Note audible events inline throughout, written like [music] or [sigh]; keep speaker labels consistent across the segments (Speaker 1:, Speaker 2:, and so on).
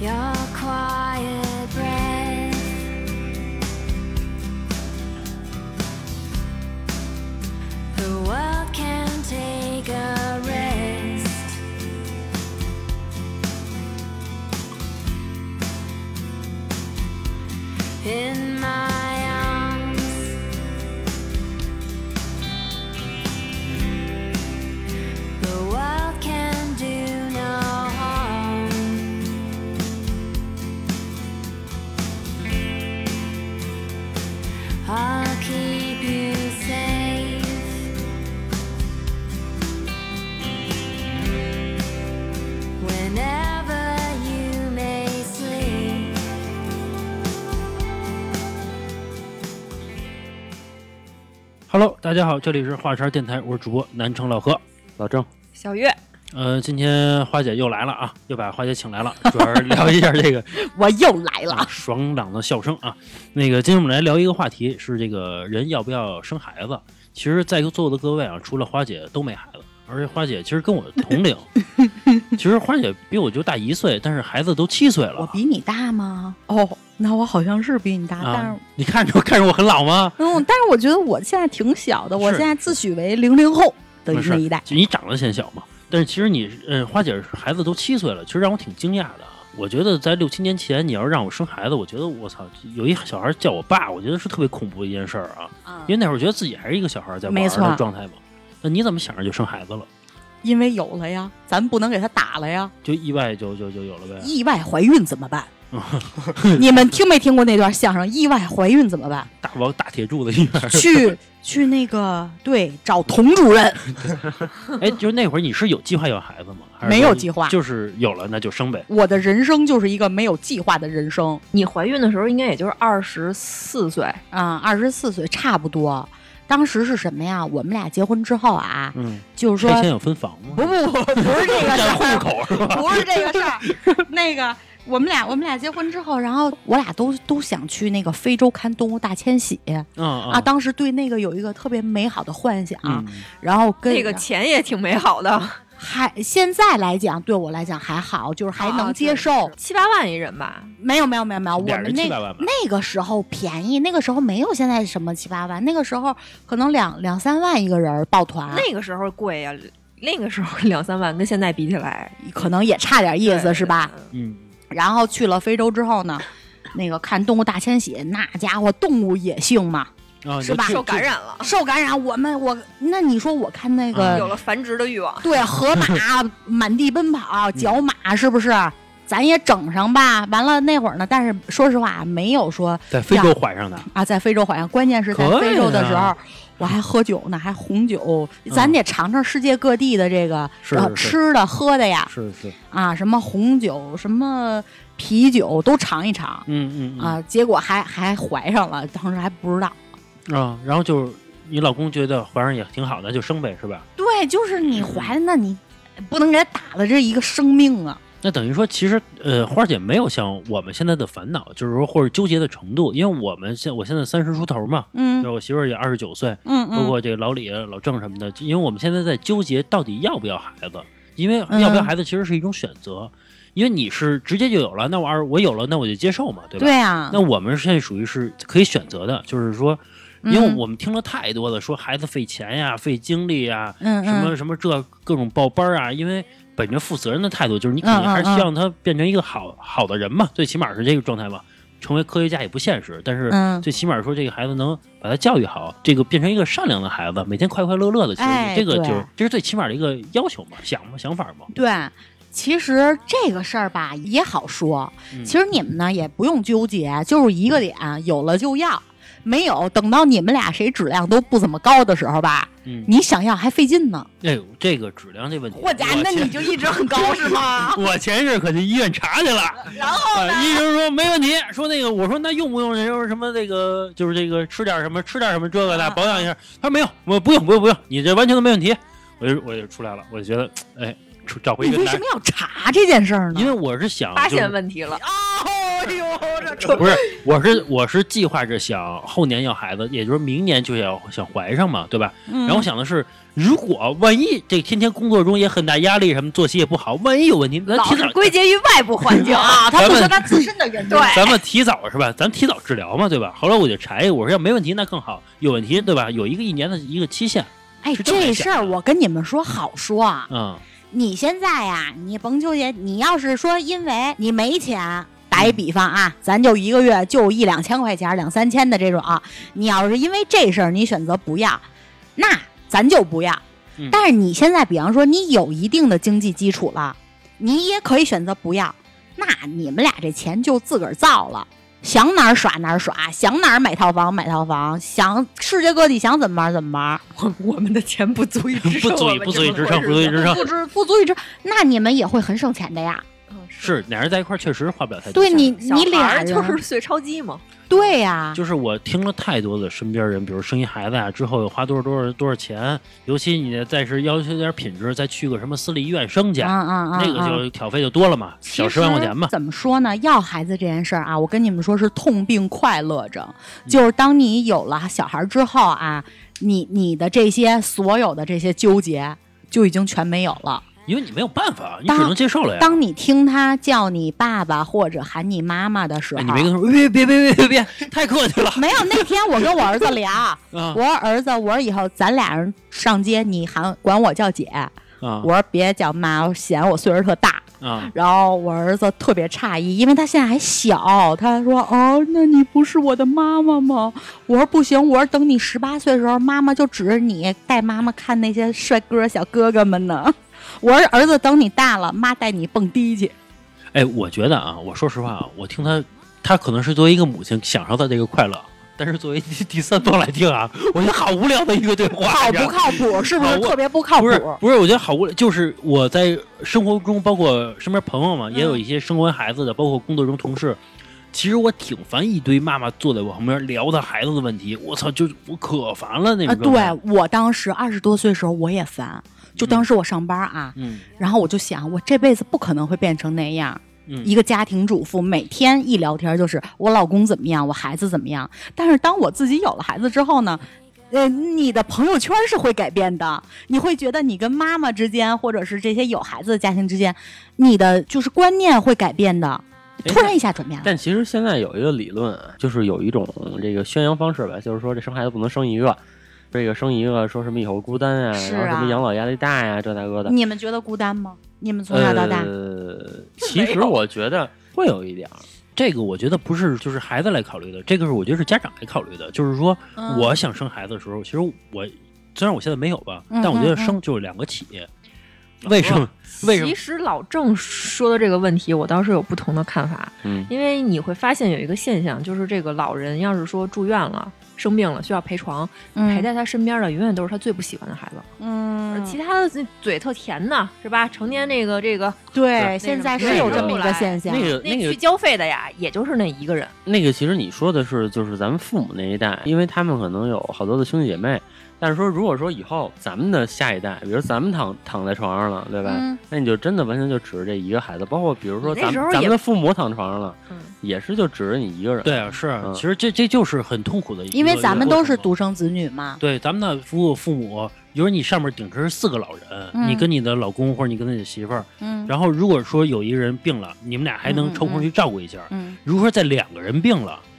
Speaker 1: your quiet breath. The world can take a rest. In my arms. The world can do no harm. I'll keep you safe whenever you may sleep.
Speaker 2: 哈喽，大家好，这里是华山电台，我是主播南城老何。
Speaker 3: 老郑，
Speaker 4: 小月，
Speaker 2: 呃，今天花姐又来了啊，又把花姐请来
Speaker 4: [laughs]
Speaker 2: 了，主要是聊一下这个
Speaker 4: 我又来
Speaker 2: 啊
Speaker 4: 了。
Speaker 2: 爽朗的笑声啊。那个，今天我们来聊一个话题，是这个人要不要生孩子。其实，在座的各位啊，除了花姐都没孩子，而且花姐其实跟我同
Speaker 4: [laughs]
Speaker 2: 龄，其实花姐比我就大一岁，但是孩子都七岁了
Speaker 4: 我。比你大吗？哦，那我好像是比你大，但
Speaker 2: 啊
Speaker 4: 是，
Speaker 2: 你看着看着我很老吗？
Speaker 4: 嗯，但是我觉得我现在挺小的，我
Speaker 2: 是
Speaker 4: 现在自诩为零零后的
Speaker 2: 没事
Speaker 4: 那一代。
Speaker 2: 就你长得显小嘛。但是其实你，嗯，花姐孩子都七岁了，其实让我挺惊讶的啊。我觉得在六七年前，你要是让我生孩子，我觉得我操，有一小孩叫我爸，我觉得是特别恐怖的一件事儿啊。因为那会儿觉得自己还是一个小孩在玩
Speaker 4: 嗯没
Speaker 2: 儿
Speaker 4: 错
Speaker 2: 的状态嘛。那你怎么想着就生孩子了？
Speaker 4: 因为有了呀，咱不能给他打了呀。
Speaker 2: 就意外就就就有了呗？
Speaker 4: 意外怀孕怎么 [laughs] 办？你们听没听过那段相声？意外怀孕怎么办？
Speaker 2: 大王大铁柱子一
Speaker 4: [laughs]
Speaker 2: 样。
Speaker 4: 去去那个对找童主任，
Speaker 2: 哎，就是那会儿你是有计划要孩子吗？还是
Speaker 4: 没有
Speaker 2: 说
Speaker 4: 计划
Speaker 2: 就是有了那就生呗。
Speaker 4: 我的人生就是一个没有计划的人生
Speaker 5: 你怀孕的时候应该也就是二十四岁，
Speaker 4: 啊！二十四岁差不多，当时是什么呀？我们俩结婚之后啊，
Speaker 2: 嗯，
Speaker 4: 就是说
Speaker 2: 拆迁有分房吗？
Speaker 4: 不不不，不是 [laughs] 啊这个事
Speaker 2: 占户
Speaker 4: 儿，
Speaker 2: 口是吧？
Speaker 4: 不是这个事儿。那个，我们俩我们俩结婚之后，然后我俩都都想去那个非洲看动物大迁徙
Speaker 2: 嗯
Speaker 4: 啊，当啊时对那个有一个特别美好的幻想，
Speaker 2: 嗯，
Speaker 4: 然后跟
Speaker 5: 那个钱也挺美好的，
Speaker 4: 还现在来讲，对我来讲还好，啊就是还能接受。
Speaker 5: [laughs] 七八万一人吧。
Speaker 4: 没有没有没有没有，我
Speaker 2: 俩人
Speaker 4: 们
Speaker 2: 七
Speaker 4: 那
Speaker 2: 百万吧。
Speaker 4: 那个时候便宜，那个时候没有现在什么七八万，那个时候可能两两三万一个人儿抱团，
Speaker 5: 那个时候贵呀、那个时候两三万跟现在比起来，
Speaker 4: 可能也差点意思是吧？
Speaker 2: 嗯，
Speaker 4: 然后去了非洲
Speaker 2: [laughs]
Speaker 4: 之后呢，那个看动物大迁徙，那家伙动物野性嘛，
Speaker 2: 啊，你
Speaker 4: 是
Speaker 2: 就
Speaker 4: 吧
Speaker 2: 去
Speaker 5: 嗯受感染了，
Speaker 2: 哦
Speaker 4: 受感染。我们我那你说我看那个、
Speaker 2: 嗯
Speaker 5: 有了繁殖的欲望。
Speaker 4: 对河
Speaker 2: [laughs]
Speaker 4: 马满地奔跑，
Speaker 2: 嗯
Speaker 4: 角马是不是？咱也整上吧。完了那会儿呢，但是说实话，没有说
Speaker 2: 在非洲怀上的。
Speaker 4: 啊，在非洲好像，关键是在
Speaker 2: 可以
Speaker 4: 非洲的时候，
Speaker 2: 啊
Speaker 4: 我还喝酒呢，还红酒，咱得尝尝世界各地的这个、
Speaker 2: 嗯是
Speaker 4: 呃
Speaker 2: 是是
Speaker 4: 吃的喝的呀，
Speaker 2: 是是，
Speaker 4: 啊，什么红酒，什么啤酒都尝一尝。
Speaker 2: 嗯嗯
Speaker 4: 啊，结果还还怀上了，当时还不知道。
Speaker 2: 嗯啊，然后就是你老公觉得怀上也挺好的，就生呗，是吧？
Speaker 4: 对，就是你怀，那你不能给他打了这一个生命啊。
Speaker 2: 那等于说，其实呃，花儿姐没有像我们现在的烦恼，就是说或者纠结的程度，因为我们现我现在三十出头嘛，
Speaker 4: 嗯
Speaker 2: 就我媳妇儿也二十九岁，
Speaker 4: 嗯
Speaker 2: 包
Speaker 4: 嗯，
Speaker 2: 括这个老李、啊老郑什么的，因为我们现在在纠结到底要不要孩子，因为
Speaker 4: 嗯
Speaker 2: 要不要孩子其实是一种选择，因为你是直接就有了，那我二我有了，那我就接受嘛，对吧？
Speaker 4: 对啊，
Speaker 2: 那我们现在属于是可以选择的，就是说，因为
Speaker 4: 嗯
Speaker 2: 我们听了太多的说孩子费钱呀、费精力呀、
Speaker 4: 嗯
Speaker 2: 什
Speaker 4: 嗯
Speaker 2: 么什么这各种报班啊，因为本着负责任的态度，就是你肯定
Speaker 4: 嗯嗯
Speaker 2: 还是
Speaker 4: 嗯
Speaker 2: 希望他变成一个好好的人嘛，最起码是这个状态嘛。成为科学家也不现实，但是
Speaker 4: 嗯
Speaker 2: 最起码说这个孩子能把他教育好，这个变成一个善良的孩子，每天快快乐乐的，其实
Speaker 4: 哎
Speaker 2: 这个
Speaker 4: 对
Speaker 2: 就是这是最起码的一个要求嘛，想嘛想法嘛，
Speaker 4: 对。其实这个事儿吧也好说，
Speaker 2: 嗯
Speaker 4: 其实你们呢也不用纠结，就是一个点，有了就要，没有等到你们俩谁质量都不怎么高的时候吧，
Speaker 2: 嗯，
Speaker 4: 你想要还费劲呢。
Speaker 2: 哎呦，这个质量这问题，
Speaker 4: 我家那你就一直很高
Speaker 2: [laughs]
Speaker 4: 是吗？
Speaker 2: 我前一阵可去医院查去了，然后呢，医生说没问题，说那个我说那用不用那就是什么那个就是这个吃点什么吃点什么这个的
Speaker 4: 啊
Speaker 2: 保养一下，他说没有，我不用不用不用，你这完全都没问题，我就我就出来了，我就觉得哎出找回一
Speaker 4: 你
Speaker 2: 个
Speaker 4: 为
Speaker 2: 男
Speaker 4: 什么，要查这件事儿呢
Speaker 2: 因？为我是想
Speaker 5: 发
Speaker 2: 啊就是
Speaker 5: 现问题了，嗯
Speaker 4: 哦，哎呦，这这
Speaker 2: 不是，我是我是计划着想后年要孩子，也就是明年就要想怀上嘛，对吧？
Speaker 4: 嗯
Speaker 2: 然后我想的是，如果万一这天天工作中也很大压力，什么作息也不好，万一有问题，咱
Speaker 5: 老
Speaker 2: 提
Speaker 5: 是
Speaker 2: 早，
Speaker 5: 归结于外部环境啊。
Speaker 2: [laughs]
Speaker 4: 啊，他不
Speaker 2: 咱
Speaker 4: 说
Speaker 2: 们
Speaker 4: 他自身的原因，对
Speaker 2: 咱们提早是吧？咱提早治疗嘛，对吧？后来我就查一个，我说要没问题那更好，有问题对吧？有一个一年的一个期限，
Speaker 4: 哎，
Speaker 2: 是这么想
Speaker 4: 这事儿
Speaker 2: 的
Speaker 4: 我跟你们说好说啊，
Speaker 2: 嗯，
Speaker 4: 你现在呀、你甭纠结，你要是说因为你没钱。打一比方啊，咱就一个月就一两千块钱，两三千的这种啊，你要是因为这事儿你选择不要，那咱就不要。
Speaker 2: 嗯
Speaker 4: 但是你现在，比方说你有一定的经济基础了，你也可以选择不要。那你们俩这钱就自个儿造了，想哪儿耍哪儿耍，想哪儿买套房买套房，想世界各地想怎么玩儿怎么玩儿。
Speaker 5: 我 [laughs] 我们的钱不足以支
Speaker 2: [laughs]
Speaker 5: 撑
Speaker 2: 不足以
Speaker 5: [laughs] 我们
Speaker 2: 不足以
Speaker 5: 这么
Speaker 2: 支撑
Speaker 5: 过
Speaker 2: 不足以
Speaker 5: 日子
Speaker 2: 支撑
Speaker 4: 不知不足以知，那你们也会很省钱的呀。
Speaker 5: 嗯是
Speaker 2: 是俩人在一块儿确实花不了太多
Speaker 4: 对
Speaker 2: 钱。
Speaker 4: 你，
Speaker 5: 小
Speaker 4: 你
Speaker 5: 孩
Speaker 4: 俩
Speaker 5: 儿就
Speaker 4: 人
Speaker 5: 是碎 [laughs] 钞机嘛。
Speaker 4: 对呀、
Speaker 2: 就是我听了太多的身边人，比如生一孩子啊之后花多少多少多少钱，尤其你再是要求点品质，再去个什么私立医院生去，
Speaker 4: 啊啊啊！
Speaker 2: 那个
Speaker 4: 啊
Speaker 2: 就挑费就多了嘛，小十万块钱
Speaker 4: 其
Speaker 2: 嘛
Speaker 4: 实。怎么说呢？要孩子这件事儿啊，我跟你们说是痛并快乐着。
Speaker 2: 嗯
Speaker 4: 就是当你有了小孩之后啊，你你的这些所有的这些纠结就已经全没有了。
Speaker 2: 因为你没有办法，你只
Speaker 4: 当
Speaker 2: 能接受了呀。
Speaker 4: 当你听他叫你爸爸或者喊你妈妈的时候，
Speaker 2: 哎，你没跟他说，别别别别别别，太客气了
Speaker 4: 没有那天我跟我儿子
Speaker 2: [laughs]
Speaker 4: 聊，
Speaker 2: 啊
Speaker 4: 我说儿子，我说以后咱俩人上街，你喊管我叫姐。
Speaker 2: 啊
Speaker 4: 我说别叫妈，我显我岁数特大。
Speaker 2: 啊！
Speaker 4: 然后我儿子特别诧异，因为他现在还小，他说：“哦，那你不是我的妈妈吗？”我说：“不行，我说等你十八岁的时候，妈妈就指着你带妈妈看那些帅哥小哥哥们呢。”我说：“儿子，等你大了，妈带你蹦迪去。
Speaker 2: 哎，我觉得啊，我说实话啊，我听他，他可能是作为一个母亲享受到这个快乐，但是作为第 [laughs] 第三方来听啊，我觉得好无聊的一个对”话，
Speaker 4: 靠
Speaker 2: 你知
Speaker 4: 哎不
Speaker 2: 道吗
Speaker 4: 靠谱？是不
Speaker 2: 啊
Speaker 4: 是
Speaker 2: 我
Speaker 4: 特别哎不靠谱
Speaker 2: 不？是不是，我觉得好无聊。就是我在生活中，包括身边朋友嘛，也
Speaker 4: 嗯
Speaker 2: 有一些生完孩子的，包括工作中同事。其实我挺烦一堆妈妈坐在我旁边聊她孩子的问题，我操，就我可烦了那
Speaker 4: 啊，
Speaker 2: 种状态。
Speaker 4: 对我当时二十多岁的时候我也烦，就当时我上班啊，
Speaker 2: 嗯
Speaker 4: 然后我就想，我这辈子不可能会变成那样。
Speaker 2: 嗯，
Speaker 4: 一个家庭主妇，每天一聊天就是我老公怎么样，我孩子怎么样。但是当我自己有了孩子之后呢，呃，你的朋友圈是会改变的，你会觉得你跟妈妈之间，或者是这些有孩子的家庭之间，你的就是观念会改变的，
Speaker 3: 哎
Speaker 4: 突然一下转变了。
Speaker 3: 但其实现在有一个理论，就是有一种这个宣扬方式吧，就是说这生孩子不能生一个，这个生一个说什么以后孤单啊，
Speaker 4: 是
Speaker 3: 然后什
Speaker 4: 啊
Speaker 3: 么养老压力大呀、这那个的。
Speaker 4: 你们觉得孤单吗？你们从小到大，
Speaker 3: 呃，其实我觉得会有一点儿，
Speaker 2: 这个我觉得不是就是孩子来考虑的，这个是我觉得是家长来考虑的。就是说，
Speaker 4: 嗯
Speaker 2: 我想生孩子的时候，其实我虽然我现在没有吧，
Speaker 4: 嗯
Speaker 2: 但我觉得
Speaker 4: 嗯嗯
Speaker 2: 生就是两个起。为什么？为什么
Speaker 5: 其？实老郑说的这个问题，我倒是有不同的看法。
Speaker 3: 嗯，
Speaker 5: 因为你会发现有一个现象，就是这个老人要是说住院了、生病了需要陪床，陪在他身边的永远都是他最不喜欢的孩子，
Speaker 4: 嗯，
Speaker 5: 而
Speaker 4: 嗯
Speaker 5: 其他的嘴嘴特甜呢，是吧？成天那个这个
Speaker 4: 对，
Speaker 5: 什
Speaker 4: 现
Speaker 5: 么
Speaker 4: 在是
Speaker 3: 那
Speaker 4: 有
Speaker 3: 个
Speaker 4: 这么一个现象。
Speaker 3: 那个
Speaker 2: 呃
Speaker 5: 那
Speaker 3: 那
Speaker 5: 去
Speaker 3: 个
Speaker 5: 交费的呀，也就是那一个人。
Speaker 3: 那个，其实你说的是就是咱们父母那一代，因为他们可能有好多的兄弟姐妹，但是说如果说以后咱们的下一代，比如咱们躺躺在床上了，对吧？
Speaker 4: 嗯
Speaker 3: 那你就真的完全就指着这一个孩子，包括比如说
Speaker 5: 你
Speaker 3: 咱
Speaker 5: 那时候
Speaker 3: 们
Speaker 5: 也
Speaker 3: 咱们的父母躺床上了，
Speaker 5: 嗯
Speaker 3: 也是就指着你一个人。
Speaker 2: 对啊，是啊，
Speaker 3: 嗯
Speaker 2: 其实这这就是很痛苦的一个。
Speaker 4: 因为咱们都是
Speaker 2: 一个过程嘛
Speaker 4: 独生子女嘛，
Speaker 2: 对，咱们的父父母，比如你上面顶着是四个老人，
Speaker 4: 嗯
Speaker 2: 你跟你的老公或者你跟你的媳妇儿，
Speaker 4: 嗯
Speaker 2: 然后如果说有一个人病了，你们俩还能抽空去照顾一下。
Speaker 4: 嗯，
Speaker 2: 如果说在两个人病了，
Speaker 4: 嗯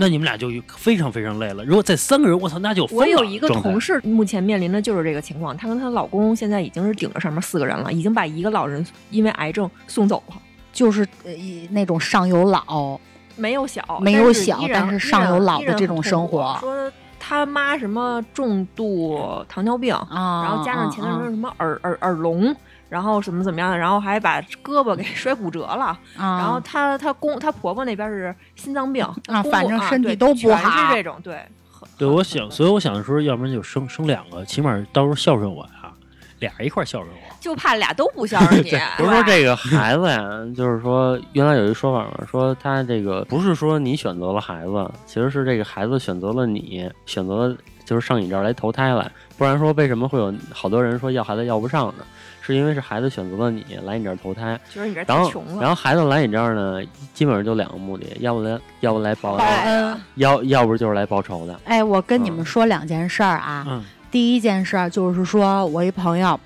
Speaker 2: 那你们俩就非常非常累了。如果在三个人，我操，那就疯
Speaker 5: 我
Speaker 2: 了
Speaker 5: 有一个
Speaker 2: 状态
Speaker 5: 同事，目前面临的就是这个情况，她跟她老公现在已经是顶着上面四个人了，已经把一个老人因为癌症送走了，
Speaker 4: 就是呃一那种上有老，
Speaker 5: 没有小，
Speaker 4: 没有
Speaker 5: 但是
Speaker 4: 小
Speaker 5: 依然
Speaker 4: 但是
Speaker 5: 依
Speaker 4: 上
Speaker 5: 然
Speaker 4: 有老
Speaker 5: 依
Speaker 4: 的
Speaker 5: 然
Speaker 4: 这
Speaker 5: 很
Speaker 4: 种
Speaker 5: 痛苦
Speaker 4: 生活
Speaker 5: 说他妈什么重度糖尿病，
Speaker 4: 啊，
Speaker 5: 然后加上前段时间什么耳耳耳聋，然后什么怎么样的，然后还把胳膊给 [laughs] 摔骨折了，
Speaker 4: 啊，啊
Speaker 5: 然后她她公她婆婆那边是心脏病
Speaker 4: 啊
Speaker 5: 公
Speaker 4: 反
Speaker 5: 公
Speaker 4: 正
Speaker 5: 啊
Speaker 4: 身体
Speaker 5: 对
Speaker 4: 都不
Speaker 5: 全
Speaker 4: 好
Speaker 5: 是这种对。很
Speaker 2: 对，
Speaker 5: 很
Speaker 2: 我
Speaker 5: 很
Speaker 2: 想，
Speaker 5: 很
Speaker 2: 所以我想的时候，要不然就生生两个，起码到时候孝顺我呀，俩人一块儿孝顺我。
Speaker 5: 就怕俩都不孝
Speaker 2: [laughs]
Speaker 5: 顺你，
Speaker 3: 不是说这个孩子呀，就是说原来有一说法嘛，说他这个不是说你选择了孩子，其实是这个孩子选择了你，选择了就是上你这儿来投胎来，不然说为什么会有好多人说要孩子要不上呢？是因为是孩子选择了你来你这儿投胎，
Speaker 5: 觉得你这
Speaker 3: 然
Speaker 5: 太
Speaker 3: 后
Speaker 5: 穷
Speaker 3: 然
Speaker 5: 了，
Speaker 3: 后孩子来你这儿呢，基本上就两个目的，要不来要不来报
Speaker 5: 哦
Speaker 4: 报
Speaker 5: 哎
Speaker 3: 恩，
Speaker 4: 恩。
Speaker 3: 要要不就是来报仇的。
Speaker 4: 哎，我跟你们说两件事儿啊。
Speaker 2: 嗯
Speaker 4: 第一件事儿就是说我一朋友，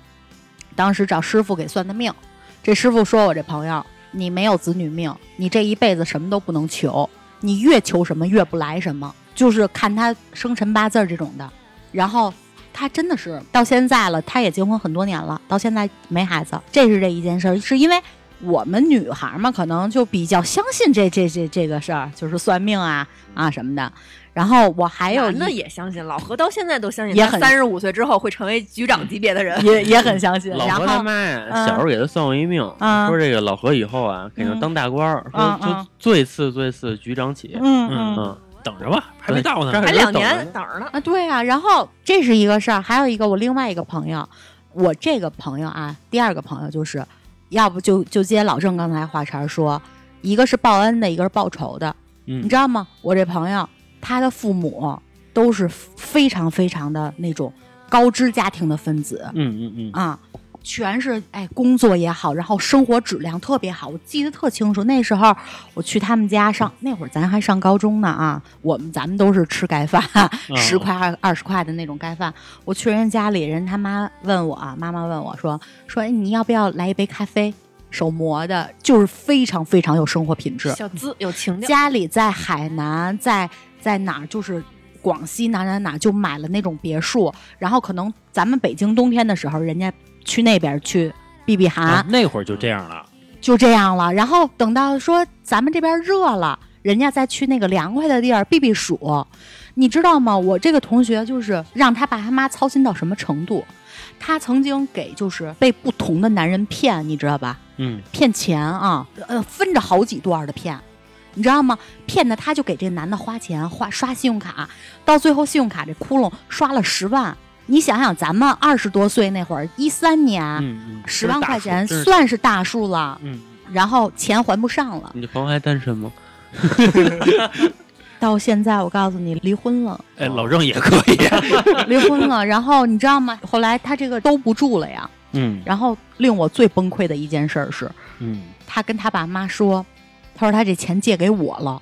Speaker 4: 当时找师傅给算的命，这师傅说我这朋友你没有子女命，你这一辈子什么都不能求，你越求什么越不来什么，就是看他生辰八字儿这种的。然后他真的是到现在了，他也结婚很多年了，到现在没孩子，这是这一件事儿，是因为。我们女孩儿嘛，可能就比较相信这这这这个事儿，就是算命啊啊什么的。然后我还有
Speaker 5: 男的
Speaker 4: 一
Speaker 5: 也相信，老何到现在都相信，
Speaker 4: 哎也
Speaker 5: 他
Speaker 4: 很
Speaker 5: 三十五岁之后会成为局长级别的人。
Speaker 4: 也也很相信。
Speaker 3: 老
Speaker 4: 然
Speaker 3: 何
Speaker 4: 后
Speaker 3: 他妈呀，
Speaker 4: 嗯
Speaker 3: 小时候给他算过一命，
Speaker 4: 嗯
Speaker 3: 说这个老何以后啊，肯定当大官儿，
Speaker 4: 嗯
Speaker 3: 说
Speaker 4: 嗯
Speaker 3: 就最次最次局长起。
Speaker 4: 嗯
Speaker 2: 嗯
Speaker 3: 嗯，
Speaker 2: 等着吧，还没
Speaker 3: 对
Speaker 2: 到呢
Speaker 3: 这。
Speaker 5: 还
Speaker 3: 还
Speaker 5: 两
Speaker 3: 等着
Speaker 5: 年
Speaker 3: 呢
Speaker 5: 等着呢，
Speaker 4: 啊，对啊，然后这是一个事儿，还有一个我另外一个朋友，我这个朋友啊，第二个朋友就是，要不就就接老郑刚才话茬儿说，一个是报恩的，一个是报仇的，你
Speaker 2: 嗯
Speaker 4: 知道吗？我这朋友他的父母都是非常非常的那种高知家庭的分子，
Speaker 2: 嗯嗯嗯，
Speaker 4: 啊，全是哎工作也好，然后生活质量特别好，我记得特清楚。那时候我去他们家上，那会儿咱还上高中呢啊，我们咱们都是吃盖饭，十块二二十块的那种盖饭。我去人家里，人他妈问我啊，妈妈问我说说哎你要不要来一杯咖啡，手磨的，就是非常非常有生活品质。
Speaker 5: 小资有情调，
Speaker 4: 家里在海南，在在哪儿就是广西哪儿哪儿哪儿就买了那种别墅，然后可能咱们北京冬天的时候，人家去那边去避避寒，
Speaker 2: 啊，那会儿就这样了。
Speaker 4: 就这样了。然后等到说咱们这边热了，人家再去那个凉快的地儿避避暑，你知道吗？我这个同学就是让他爸他妈操心到什么程度，他曾经给就是被不同的男人骗，你知道吧？
Speaker 2: 嗯，
Speaker 4: 骗钱啊，呃，分着好几段的骗，你知道吗？骗的他就给这男的花钱，花刷信用卡，到最后信用卡这窟窿刷了十万。你想想，咱们二十多岁那会儿，一三年，
Speaker 2: 嗯嗯，
Speaker 4: 十、万块
Speaker 2: 真
Speaker 4: 钱
Speaker 2: 是大数真是
Speaker 4: 算是大数了。
Speaker 2: 嗯，
Speaker 4: 然后钱还不上了，
Speaker 3: 你这朋友还单身吗？
Speaker 4: 到现在我告诉你，离婚了， [laughs]
Speaker 2: 哎，老郑也可以。
Speaker 4: 离婚了。然后你知道吗？后来他这个兜不住了呀。
Speaker 2: 嗯
Speaker 4: 然后令我最崩溃的一件事儿是，
Speaker 2: 嗯，
Speaker 4: 他跟他爸妈说，他说他这钱借给
Speaker 2: [laughs]
Speaker 4: 我了，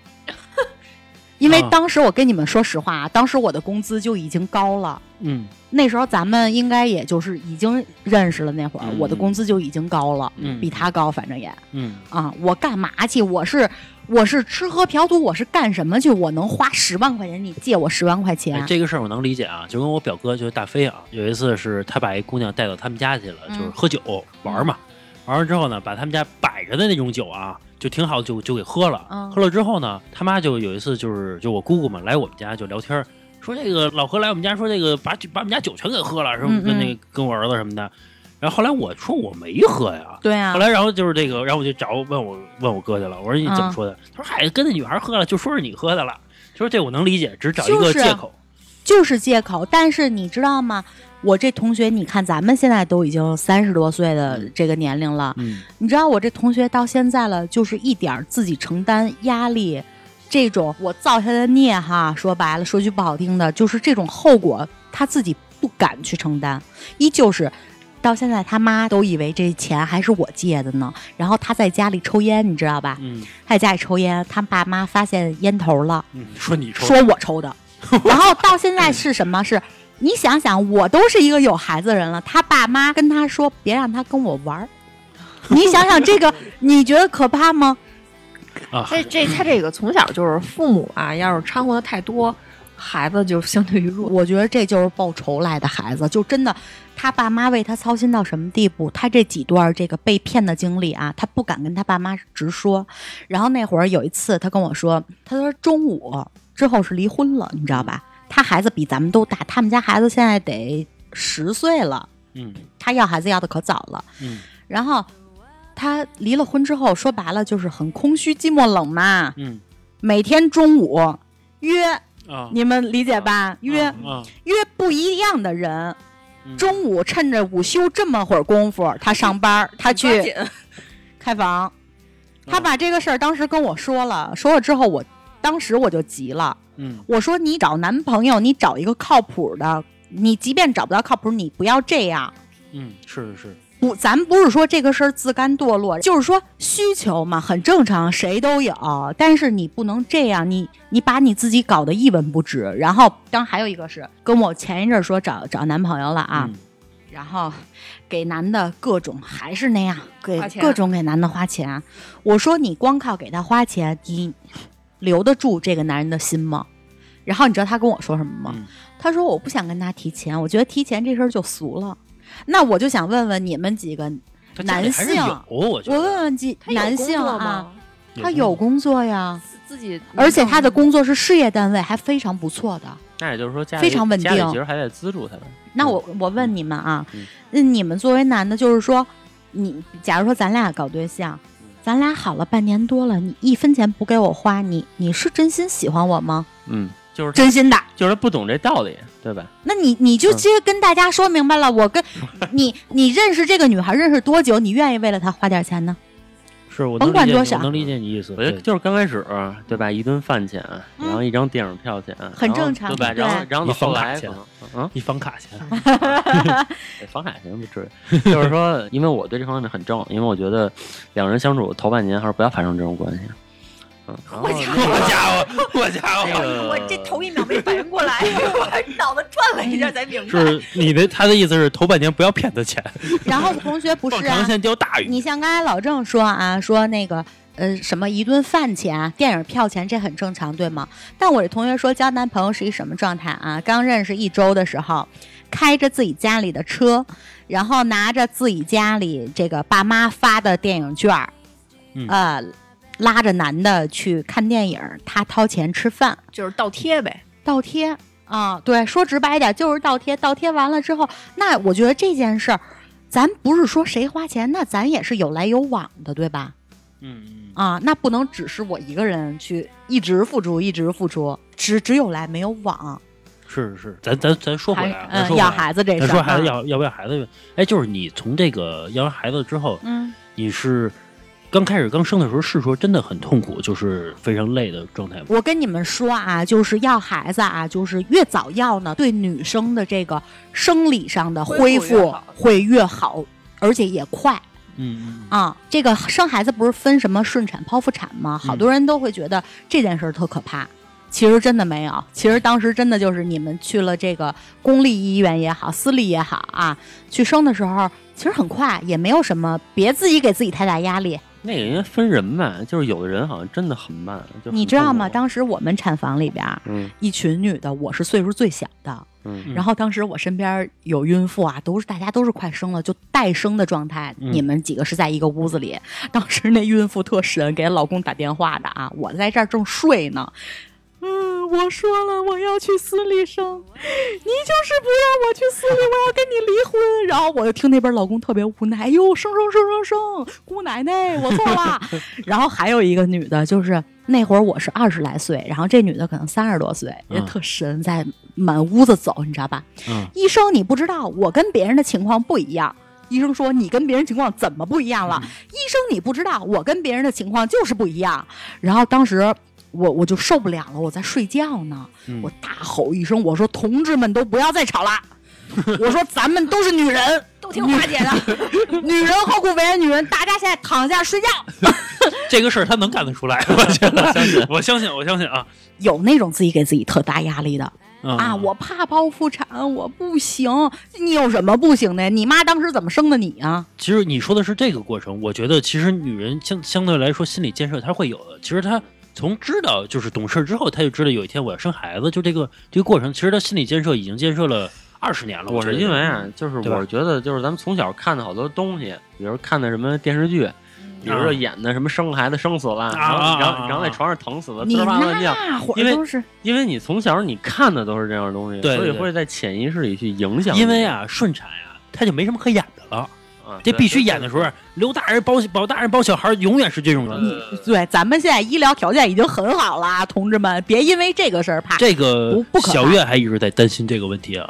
Speaker 4: 因为
Speaker 2: 啊
Speaker 4: 当时我跟你们说实话，啊，当时我的工资就已经高了。
Speaker 2: 嗯
Speaker 4: 那时候咱们应该也就是已经认识了，那会儿、
Speaker 2: 嗯
Speaker 4: 我的工资就已经高了，
Speaker 2: 嗯
Speaker 4: 比他高，反正也
Speaker 2: 嗯
Speaker 4: 啊，我干嘛去？我是我是吃喝嫖赌，我是干什么去？我能花十万块钱？你借我十万块钱？
Speaker 2: 哎，这个事儿我能理解啊，就跟我表哥就是大飞啊，有一次是他把一姑娘带到他们家去了，
Speaker 4: 嗯
Speaker 2: 就是喝酒玩儿嘛，玩完之后呢，把他们家摆着的那种酒啊，就挺好的，就就给喝了。
Speaker 4: 嗯
Speaker 2: 喝了之后呢，他妈就有一次就是就我姑姑嘛来我们家就聊天儿，说这个老何来我们家说这个把酒把我们家酒全给喝了，什么
Speaker 4: 嗯
Speaker 2: 跟
Speaker 4: 嗯
Speaker 2: 那个跟我儿子什么的。然后后来我说我没喝呀，
Speaker 4: 对啊
Speaker 2: 后，来，然后就是这个，然后我就找问我问我哥去了，我说你怎么
Speaker 4: 嗯
Speaker 2: 说的？他说嗨，跟那女孩喝了，就说是你喝的了。他说这我能理解，只找一
Speaker 4: 就
Speaker 2: 个
Speaker 4: 是啊
Speaker 2: 借口。
Speaker 4: 就是借口。但是你知道吗？我这同学，你看咱们现在都已经三十多岁的这个年龄了，
Speaker 2: 嗯
Speaker 4: 你知道我这同学到现在了，就是一点儿自己承担压力，这种我造下的孽哈，说白了，说句不好听的，就是这种后果他自己不敢去承担，依旧是。到现在，他妈都以为这钱还是我借的呢。然后他在家里抽烟，你知道吧？
Speaker 2: 嗯
Speaker 4: 他在家里抽烟，他爸妈发现烟头了，
Speaker 2: 嗯，说你抽，
Speaker 4: 说我抽的。然后到现在是什么？是你想想，我都是一个有孩子的人了，他爸妈跟他说别让他跟我玩儿。你想想这个，你觉得可怕吗？
Speaker 2: 啊，
Speaker 5: 这这他这个从小就是父母啊，要是掺和的太多，孩子就相对于弱。
Speaker 4: 我觉得这就是报仇来的孩子，就真的，他爸妈为他操心到什么地步？他这几段这个被骗的经历啊，他不敢跟他爸妈直说。然后那会儿有一次，他跟我说，他说中午之后是离婚了，你知道吧？他孩子比咱们都大，他们家孩子现在得十岁了。
Speaker 2: 嗯
Speaker 4: 他要孩子要的可早了，
Speaker 2: 嗯
Speaker 4: 然后他离了婚之后，说白了就是很空虚、寂寞、冷嘛。
Speaker 2: 嗯
Speaker 4: 每天中午约，
Speaker 2: 啊，
Speaker 4: 你们理解吧？约、
Speaker 2: 啊，
Speaker 4: 约不一样的人，
Speaker 2: 嗯
Speaker 4: 中午趁着午休这么会儿功夫，他上班儿，他
Speaker 5: 抓
Speaker 4: 去
Speaker 5: 紧
Speaker 4: 开房。他把这个事儿当时跟我说了，说了之后我，当时我就急了，
Speaker 2: 嗯，
Speaker 4: 我说你找男朋友，你找一个靠谱的，你即便找不到靠谱，你不要这样。
Speaker 2: 嗯，是是是，
Speaker 4: 不，咱不是说这个事儿自甘堕落，就是说需求嘛，很正常，谁都有。但是你不能这样，你你把你自己搞得一文不值。然后，当还有一个是跟我前一阵儿说找找男朋友了啊，
Speaker 2: 嗯
Speaker 4: 然后给男的各种还是那样，给
Speaker 5: 花钱
Speaker 4: 各种给男的花钱。我说你光靠给他花钱，你留得住这个男人的心吗？然后你知道他跟我说什么吗？
Speaker 2: 嗯
Speaker 4: 他说我不想跟他提钱，我觉得提钱这事儿就俗了。那我就想问问你们几个，
Speaker 2: 他家里还是
Speaker 4: 男性
Speaker 2: 有，我觉
Speaker 4: 我问
Speaker 2: 得
Speaker 4: 问几
Speaker 5: 他有
Speaker 4: 男
Speaker 5: 工
Speaker 4: 性
Speaker 5: 作
Speaker 4: 啊，
Speaker 5: 吗？
Speaker 4: 他有工作呀，
Speaker 5: 自自己，
Speaker 4: 而且他的工作是事业单位，还非常不错的。
Speaker 3: 那也就是说家
Speaker 4: 非
Speaker 3: 里
Speaker 4: 常稳定
Speaker 3: 家里其实还得资助他们。
Speaker 4: 那我我问你们啊
Speaker 3: 嗯，
Speaker 4: 那你们作为男的，就是说，你假如说咱俩搞对象，咱俩好了半年多了，你一分钱不给我花，你你是真心喜欢我吗？
Speaker 3: 嗯，就是
Speaker 4: 真心的。
Speaker 3: 就是不懂这道理，对吧？
Speaker 4: 那你你就
Speaker 3: 嗯
Speaker 4: 直接跟大家说明白了，我 [laughs] 跟你你认识这个女孩认识多久？你愿意为了她花点钱呢？
Speaker 2: 是我
Speaker 4: 甭
Speaker 2: 能理
Speaker 4: 管
Speaker 2: 解
Speaker 4: 多
Speaker 2: 你
Speaker 4: 少
Speaker 2: 我能理解你意思，
Speaker 3: 我觉得
Speaker 2: 对
Speaker 3: 就是刚开始，对吧？一顿饭钱，
Speaker 4: 嗯
Speaker 3: 然后一张电影票钱，
Speaker 4: 很
Speaker 3: 然后
Speaker 4: 正常
Speaker 3: 对吧？
Speaker 4: 对
Speaker 3: 然后然后
Speaker 2: 你
Speaker 3: 到
Speaker 2: 房
Speaker 3: 后
Speaker 2: 卡
Speaker 3: 来可
Speaker 2: 钱
Speaker 3: 能，嗯，
Speaker 2: 一房卡 [laughs] 钱，
Speaker 3: 哎房卡钱不至
Speaker 4: [laughs]
Speaker 3: 于，就是说，因为我对这方面很正，因为我觉得两人相处头半年还是不要发生这种关系。嗯，然后
Speaker 2: 好家伙，好
Speaker 5: 哎
Speaker 2: 家
Speaker 3: 那个
Speaker 4: 一秒没反应过 [laughs] 来，我脑子转了一下才
Speaker 2: [laughs]
Speaker 4: 明。
Speaker 2: 是你的他的意思是头半年不要骗他钱，
Speaker 4: 然后同学不
Speaker 2: 放
Speaker 4: 是
Speaker 2: 长
Speaker 4: 啊，
Speaker 2: 线钓大鱼。
Speaker 4: 你像刚才老郑说啊，说那个呃什么一顿饭钱、电影票钱，这很正常，对吗？但我这同学说交男朋友是一什么状态啊？刚认识一周的时候，开着自己家里的车，然后拿着自己家里这个爸妈发的电影券儿，
Speaker 2: 嗯
Speaker 4: 呃，拉着男的去看电影，他掏钱吃饭，
Speaker 5: 就是倒贴呗，
Speaker 4: 倒贴啊，对，说直白一点就是倒贴。倒贴完了之后，那我觉得这件事儿，咱不是说谁花钱，那咱也是有来有往的，对吧？
Speaker 2: 嗯，嗯
Speaker 4: 啊，那不能只是我一个人去一直付出，一直付出，只只有来没有往。
Speaker 2: 是是，咱咱咱说回来啊，咱
Speaker 4: 嗯，
Speaker 2: 说
Speaker 4: 要
Speaker 2: 回来。
Speaker 4: 孩子这
Speaker 2: 咱
Speaker 4: 事
Speaker 2: 说
Speaker 4: 儿，
Speaker 2: 孩子
Speaker 4: 啊
Speaker 2: 要要不要孩子？哎，就是你从这个要完孩子之后，
Speaker 4: 嗯
Speaker 2: 你是刚开始刚生的时候是说真的很痛苦，就是非常累的状态吗？
Speaker 4: 我跟你们说啊，就是要孩子啊，就是越早要呢，对女生的这个生理上的恢
Speaker 5: 恢复越
Speaker 4: 复
Speaker 5: 好
Speaker 4: 会越好，而且也快。
Speaker 2: 嗯嗯
Speaker 4: 啊，这个生孩子不是分什么顺产、剖腹产吗？好多人都会觉得这件事儿特可怕。其实真的没有，其实当时真的就是你们去了这个公立医院也好，私立也好啊，去生的时候其实很快，也没有什么，别自己给自己太大压力。
Speaker 3: 那个应该分人吧，就是有的人好像真的很慢，就很
Speaker 4: 你知道吗？
Speaker 3: 痛苦
Speaker 4: 当时我们产房里边儿
Speaker 3: 嗯
Speaker 4: 一群女的，我是岁数最小的，
Speaker 3: 嗯
Speaker 2: 嗯
Speaker 4: 然后当时我身边有孕妇啊，都是大家都是快生了，就待生的状态。
Speaker 2: 嗯
Speaker 4: 你们几个是在一个屋子里，当时那孕妇特神，给老公打电话的啊，我在这儿正睡呢。嗯，我说了我要去私立生， [laughs] 你就是不让我去私立，我要跟你离婚。然后我就听那边老公特别无奈，哎呦，生生生生生，姑奶奶，我错了。然后还有一个女的，就是那会儿我是二十来岁，然后这女的可能三十多岁，人
Speaker 2: 嗯
Speaker 4: 特神，在满屋子走，你知道吧？
Speaker 2: 嗯
Speaker 4: 医生，你不知道，我跟别人的情况不一样。医生说你跟别人情况怎么不一样了？医生，你不知道，我跟别人的情况就是不一样。然后当时我我就受不了了，我在睡觉呢，
Speaker 2: 嗯
Speaker 4: 我大吼一声，我说同志们都不要再吵
Speaker 3: [laughs]
Speaker 4: 了。我说咱们都是女人，
Speaker 5: 都听华姐的，
Speaker 4: [laughs] 女人何苦为难女人？大家现在躺下睡觉。
Speaker 2: 这个事儿他能干得出来，我觉得， [laughs] 我相信，我相信，我相信啊
Speaker 4: 有那种自己给自己特大压力的，啊，
Speaker 2: 嗯
Speaker 4: 我怕剖腹产，我不行。你有什么不行的？你妈当时怎么生的你啊？
Speaker 2: 其实你说的是这个过程，我觉得其实女人相相对来说心理建设她会有的。其实她从知道就是懂事之后，她就知道有一天我要生孩子，就这个这个过程，其实她心理建设已经建设了二十年了。
Speaker 3: 我
Speaker 2: 觉
Speaker 3: 是
Speaker 2: 得
Speaker 3: 因为啊，就是
Speaker 2: 对吧
Speaker 3: 我觉得就是咱们从小看的好多东西，比如看的什么电视剧，比如说演的什么生孩子生死了，然
Speaker 2: 啊啊
Speaker 3: 后然
Speaker 2: 啊
Speaker 3: 后然后在床上疼死了，
Speaker 4: 你
Speaker 3: 滋哇乱叫。
Speaker 4: 那会
Speaker 3: 因
Speaker 4: 儿
Speaker 3: 为
Speaker 4: 都是
Speaker 3: 因为你从小你看的都是这样的东西，
Speaker 2: 对
Speaker 3: 所以
Speaker 2: 对
Speaker 3: 会在潜意识里去影响你。
Speaker 2: 因为啊顺产啊，她就没什么可演的了。
Speaker 3: 啊，
Speaker 2: 这
Speaker 3: 对
Speaker 2: 必须演的时候，刘大人包保大人包小孩，永远是这种的。
Speaker 4: 你对，咱们现在医疗条件已经很好了啊，同志们，别因为这个事儿怕。
Speaker 2: 这个
Speaker 4: 不不可怕
Speaker 2: 小月还一直在担心这个问题啊，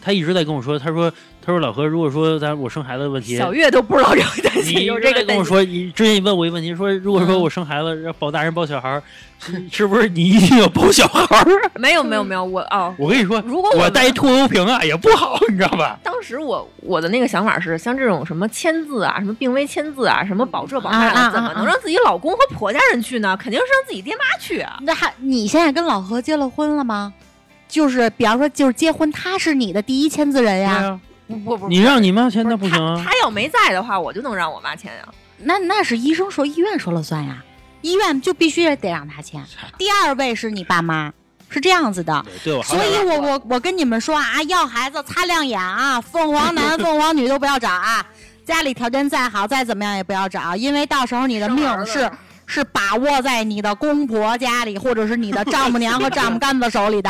Speaker 2: 他一直在跟我说，他说他说老何，如果说咱我生孩子的问题，
Speaker 5: 小月都不知道这个担
Speaker 2: 你
Speaker 5: 心，有
Speaker 2: 一直
Speaker 5: 这
Speaker 2: 在
Speaker 5: 个
Speaker 2: 跟我
Speaker 5: 担心。
Speaker 2: 说，你之前你问我一个问题，说如果说我生孩子要保大人保小孩
Speaker 4: [laughs]
Speaker 2: 儿，是是不是你一定要保小孩儿？
Speaker 5: 没有没
Speaker 4: 嗯
Speaker 5: 有没有，我哦，
Speaker 2: 我跟你说，
Speaker 5: 如果
Speaker 2: 我
Speaker 5: 我
Speaker 2: 带一拖油瓶啊也不好，你知道吧？
Speaker 5: 当时我我的那个想法是，像这种什么签字啊，什么病危签字啊，什么保这保
Speaker 4: 啊
Speaker 5: 那
Speaker 4: 啊啊
Speaker 5: 的，怎么能让自己老公和婆家人去呢？肯定是让自己爹妈去啊。
Speaker 4: 那还你现在跟老何结了婚了吗？就是比方说，就是结婚，他是你的第一签字人
Speaker 2: 对
Speaker 4: 呀。
Speaker 2: 呀，
Speaker 5: 不不不，
Speaker 2: 你让你妈签
Speaker 5: 不
Speaker 2: 那
Speaker 5: 是
Speaker 2: 不行
Speaker 5: 他
Speaker 2: 啊。
Speaker 5: 他要没在的话，我就能让我妈签呀。
Speaker 4: 那那是医生说，医院说了算呀，医院就必须得让他签。第二位是你爸妈，是这样子的。
Speaker 2: 对我好
Speaker 4: 所
Speaker 2: 歹
Speaker 4: 以我我我跟你们说啊，要孩子擦亮眼啊，凤
Speaker 2: [laughs]
Speaker 4: 凰男、凤凰女都不要找啊，家里条件再好再怎么样也不要找，因为到时候你的命是。是把握在你的公婆家里，或者是你的丈母娘和丈母干子手里的，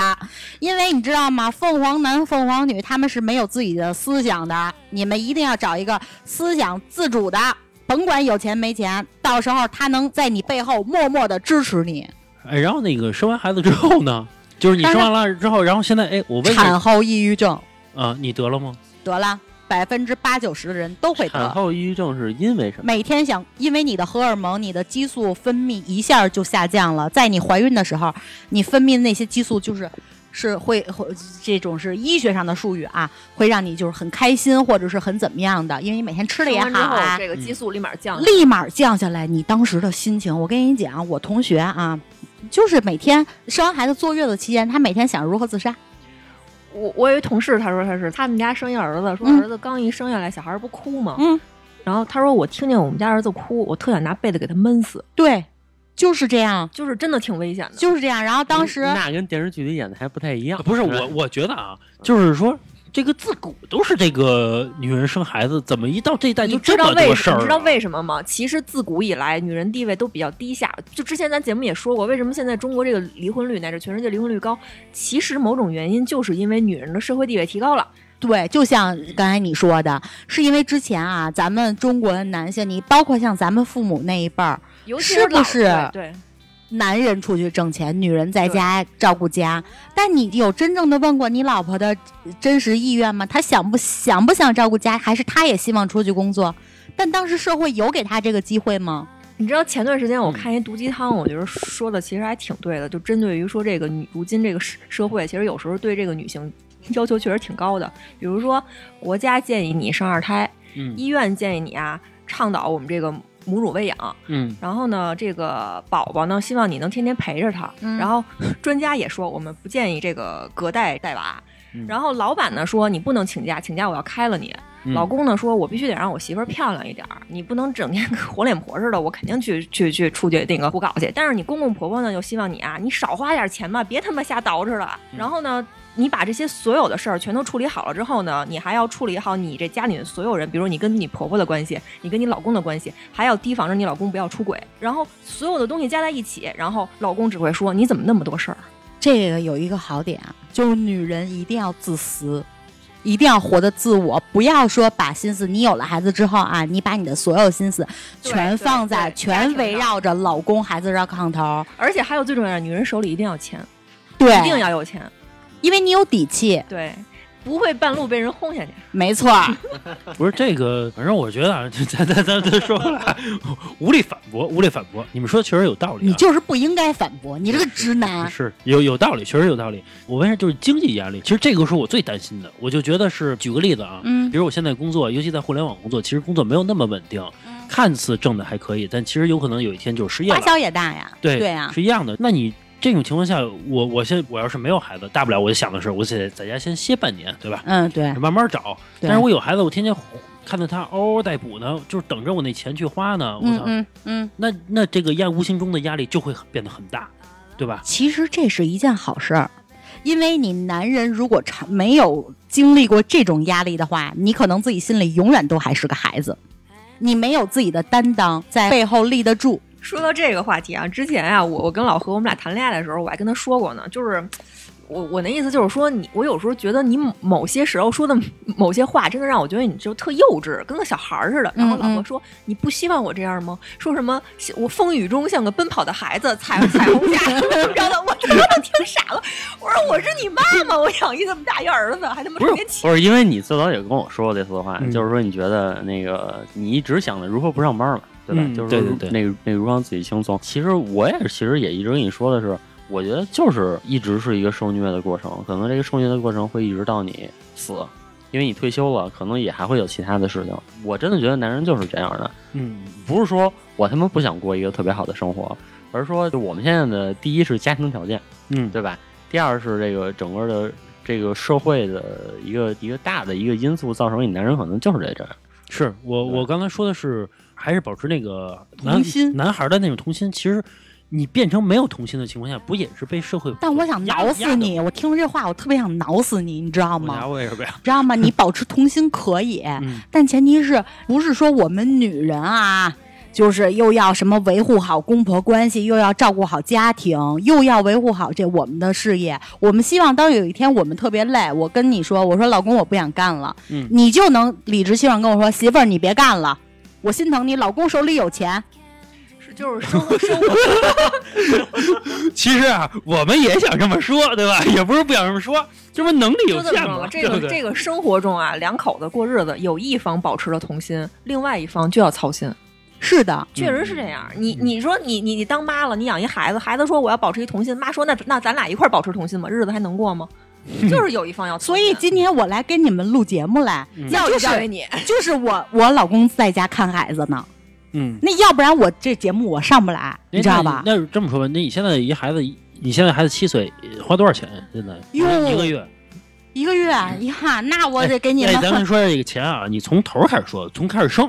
Speaker 4: 因为你知道吗？凤凰男、凤凰女他们是没有自己的思想的，你们一定要找一个思想自主的，甭管有钱没钱，到时候他能在你背后默默的支持你。
Speaker 2: 哎，然后那个生完孩子之后呢，就是你
Speaker 4: 但
Speaker 2: 生
Speaker 4: 是
Speaker 2: 完了之后，然后现在哎，我问你
Speaker 4: 产后抑郁症
Speaker 2: 啊，你得了吗？
Speaker 4: 得了，百分之八九十的人都会
Speaker 3: 产
Speaker 4: 得。
Speaker 3: 后抑郁症是因为什么？
Speaker 4: 每天想，因为你的荷尔蒙、你的激素分泌一下就下降了，在你怀孕的时候，你分泌的那些激素就是是会会这种是医学上的术语啊，会让你就是很开心或者是很怎么样的，因为你每天吃的啊
Speaker 5: 生
Speaker 4: 也
Speaker 5: 完之
Speaker 4: 好
Speaker 5: 后
Speaker 4: 啊，，
Speaker 5: 这个激素立马降。
Speaker 4: 立马降下来你当时的心情。我跟你讲，我同学啊，就是每天生完孩子坐月子期间，他每天想如何自杀。
Speaker 5: 我我有一同事，他说他是他们家生一儿子，说
Speaker 4: 嗯
Speaker 5: 儿子刚一生下来，小孩儿不哭吗？
Speaker 4: 嗯，
Speaker 5: 然后他说我听见我们家儿子哭，我特想拿被子给他闷死，
Speaker 4: 对，就是这样，
Speaker 5: 就是真的挺危险的。
Speaker 4: 就是这样。然后当时。
Speaker 3: 那跟电视剧里演的还不太一样。
Speaker 2: 不是我，我觉得啊，就是说。这个自古都是这个女人生孩子，怎么一到这一代
Speaker 5: 你
Speaker 2: 就
Speaker 5: 知
Speaker 2: 这
Speaker 5: 道
Speaker 2: 么
Speaker 5: 为
Speaker 2: 多
Speaker 5: 什
Speaker 2: 事
Speaker 5: 么？
Speaker 2: 儿、啊？
Speaker 5: 你知道为什么吗？其实自古以来，女人地位都比较低下。就之前咱节目也说过，为什么现在中国这个离婚率乃至全世界离婚率高？其实某种原因就是因为女人的社会地位提高了。
Speaker 4: 对，就像刚才你说的，是因为之前啊，咱们中国的男性，你包括像咱们父母那一辈儿，
Speaker 5: 尤其
Speaker 4: 是不
Speaker 5: 老
Speaker 4: 是
Speaker 5: 对对，
Speaker 4: 男人出去挣钱，女人在家照顾家。但你有真正的问过你老婆的真实意愿吗？她想不想不想照顾家，还是她也希望出去工作？但当时社会有给她这个机会吗？
Speaker 5: 你知道前段时间我
Speaker 2: 嗯
Speaker 5: 看一毒鸡汤，我觉得说的其实还挺对的，就针对于说这个女如今这个社社会，其实有时候对这个女性 [laughs] 要求确实挺高的。比如说，国家建议你生二胎，
Speaker 2: 嗯
Speaker 5: 医院建议你啊倡导我们这个母乳喂养，
Speaker 2: 嗯，
Speaker 5: 然后呢，这个宝宝呢，希望你能天天陪着他。
Speaker 4: 嗯
Speaker 5: 然后专家也说，我们不建议这个隔代带娃。
Speaker 2: 嗯
Speaker 5: 然后老板呢说，你不能请假，请假我要开了你。
Speaker 2: 嗯
Speaker 5: 老公呢说，我必须得让我媳妇儿漂亮一点儿，你不能整天跟活脸婆似的，我肯定去去去出去那个胡搞去。但是你公公婆婆呢，就希望你啊，你少花点钱吧，别他妈瞎捯饬了。
Speaker 2: 嗯
Speaker 5: 然后呢，你把这些所有的事儿全都处理好了之后呢，你还要处理好你这家里的所有人，比如你跟你婆婆的关系，你跟你老公的关系，还要提防着你老公不要出轨。然后所有的东西加在一起，然后老公只会说你怎么那么多事儿。
Speaker 4: 这个有一个好点啊，就是女人一定要自私，一定要活得自我，不要说把心思你有了孩子之后啊，你把你的所有心思
Speaker 5: 对
Speaker 4: 全放在
Speaker 5: 对对
Speaker 4: 全围
Speaker 5: 家庭
Speaker 4: 绕着老公、孩子、绕炕头，
Speaker 5: 而且还有最重要的，女人手里一定要钱，
Speaker 4: 对，
Speaker 5: 一定要有钱，
Speaker 4: 因为你有底气，
Speaker 5: 对，不会半路被人轰下去。
Speaker 4: 没错儿，
Speaker 2: 不是这个，反正我觉得啊，咱咱咱咱说回来，无力反驳，无力反驳。你们说的确实有道理、啊，
Speaker 4: 你就是不应该反驳，你这个直男。
Speaker 2: 是有有道理，确实有道理。我问一下，就是经济压力，其实这个是我最担心的。我就觉得是，举个例子啊，
Speaker 5: [laughs]
Speaker 4: 嗯
Speaker 2: 比如我现在工作，尤其在互联网工作，其实工作没有那么稳定，
Speaker 5: 嗯
Speaker 2: 看似挣的还可以，但其实有可能有一天就失业
Speaker 4: 花
Speaker 2: 了。
Speaker 4: 销也大呀，
Speaker 2: 对
Speaker 4: 啊，
Speaker 2: 是一样的。那你这种情况下，我我现在我要是没有孩子，大不了我就想的是，我得在家先歇半年，对吧？
Speaker 4: 嗯，对，
Speaker 2: 慢慢找。
Speaker 4: 对
Speaker 2: 但是我有孩子，我天天看着他嗷嗷待哺呢，就是等着我那钱去花呢。我
Speaker 4: 嗯
Speaker 2: 操，
Speaker 4: 嗯嗯，
Speaker 2: 那那这个压无形中的压力就会很变得很大，对吧？
Speaker 4: 其实这是一件好事儿，因为你男人如果长没有经历过这种压力的话，你可能自己心里永远都还是个孩子，你没有自己的担当，在背后立得住，
Speaker 5: 说到这个话题啊，之前啊，我我跟老何我们俩谈恋爱的时候，我还跟他说过呢，就是。我我那意思就是说你，我有时候觉得你某某些时候说的某些话，真的让我觉得你就特幼稚，跟个小孩儿似的。然后老
Speaker 4: 嗯
Speaker 5: 婆说：“你不希望我这样吗？”说什么我风雨中像个奔跑的孩子，踩彩虹下怎么着的？我他妈都听傻了。我说我是你妈妈，我养一这么大一儿子，还他妈
Speaker 3: 不
Speaker 5: 成
Speaker 3: 是
Speaker 5: 天起。
Speaker 3: 不是，因为你最早也跟我说过类似的话，
Speaker 2: 嗯
Speaker 3: 就是说你觉得那个你一直想着如何不上班嘛，对吧？
Speaker 2: 嗯
Speaker 3: 就是
Speaker 2: 对
Speaker 3: 说
Speaker 2: 对对
Speaker 3: 那个那个如何让自己轻松。其实我也是，其实也一直跟你说的是，我觉得就是一直是一个受虐的过程，可能这个受虐的过程会一直到你死，因为你退休了，可能也还会有其他的事情。我真的觉得男人就是这样的，
Speaker 2: 嗯，
Speaker 3: 不是说我他妈不想过一个特别好的生活，而是说就我们现在的第一是家庭条件。
Speaker 2: 嗯，
Speaker 3: 对吧？第二是这个整个的这个社会的一个一个大的一个因素，造成你男人可能就是在这样。
Speaker 2: 是我
Speaker 3: 对
Speaker 2: 我刚才说的是，还是保持那个
Speaker 4: 童
Speaker 2: 男
Speaker 4: 心
Speaker 2: 男孩的那种童心。其实你变成没有童心的情况下，不也是被社会？
Speaker 4: 但我想
Speaker 2: 压
Speaker 4: 挠死！
Speaker 2: 压
Speaker 4: 你，我听了这话，我特别想挠死你，你知道
Speaker 2: 的我
Speaker 4: 吗
Speaker 2: 拿？我为什么呀？
Speaker 4: 知道吗？你保持童心可以，
Speaker 2: [laughs] 嗯
Speaker 4: 但前提是不是说我们女人啊，就是又要什么维护好公婆关系，又要照顾好家庭，又要维护好这我们的事业。我们希望当有一天我们特别累，我跟你说，我说老公我不想干了，
Speaker 2: 嗯
Speaker 4: 你就能理直气壮跟我说媳妇儿你别干了，我心疼你，老公手里有钱，
Speaker 5: 是就是生活生活
Speaker 2: 其实啊，我们也想这么说，对吧？ [laughs] 也不是不想这么说，这不是能力有
Speaker 5: 就这么
Speaker 2: 限
Speaker 5: 说
Speaker 2: 嘛
Speaker 5: 吧，，这
Speaker 2: 对不
Speaker 5: 个
Speaker 2: 对
Speaker 5: 这个生活中啊，两口子过日子，有一方保持了童心，另外一方就要操心。
Speaker 4: 是的。
Speaker 5: 确实是这样。你你说你你你当妈了，你养一孩子，孩子说我要保持一童心，妈说那那咱俩一块儿保持童心吧，日子还能过吗？就是有一方要操
Speaker 4: 所
Speaker 5: 心，
Speaker 4: 以今天我来跟你们录节目来，
Speaker 2: 嗯
Speaker 5: 教
Speaker 4: 就
Speaker 5: 育教育
Speaker 4: 是
Speaker 5: 你。
Speaker 4: 就是我我老公在家看孩子呢，
Speaker 2: 嗯，
Speaker 4: 那要不然我这节目我上不来，
Speaker 2: 哎
Speaker 4: 你知道
Speaker 2: 那
Speaker 4: 吧？
Speaker 2: 那这么说吧，那你现在一孩子，你现在孩子七岁，花多少钱？现在
Speaker 4: 哟
Speaker 2: 一个月？
Speaker 4: 一个月呀，那我得给你
Speaker 2: 哎
Speaker 4: 们、，
Speaker 2: 咱们说这个钱啊，你从头开始说，从开始生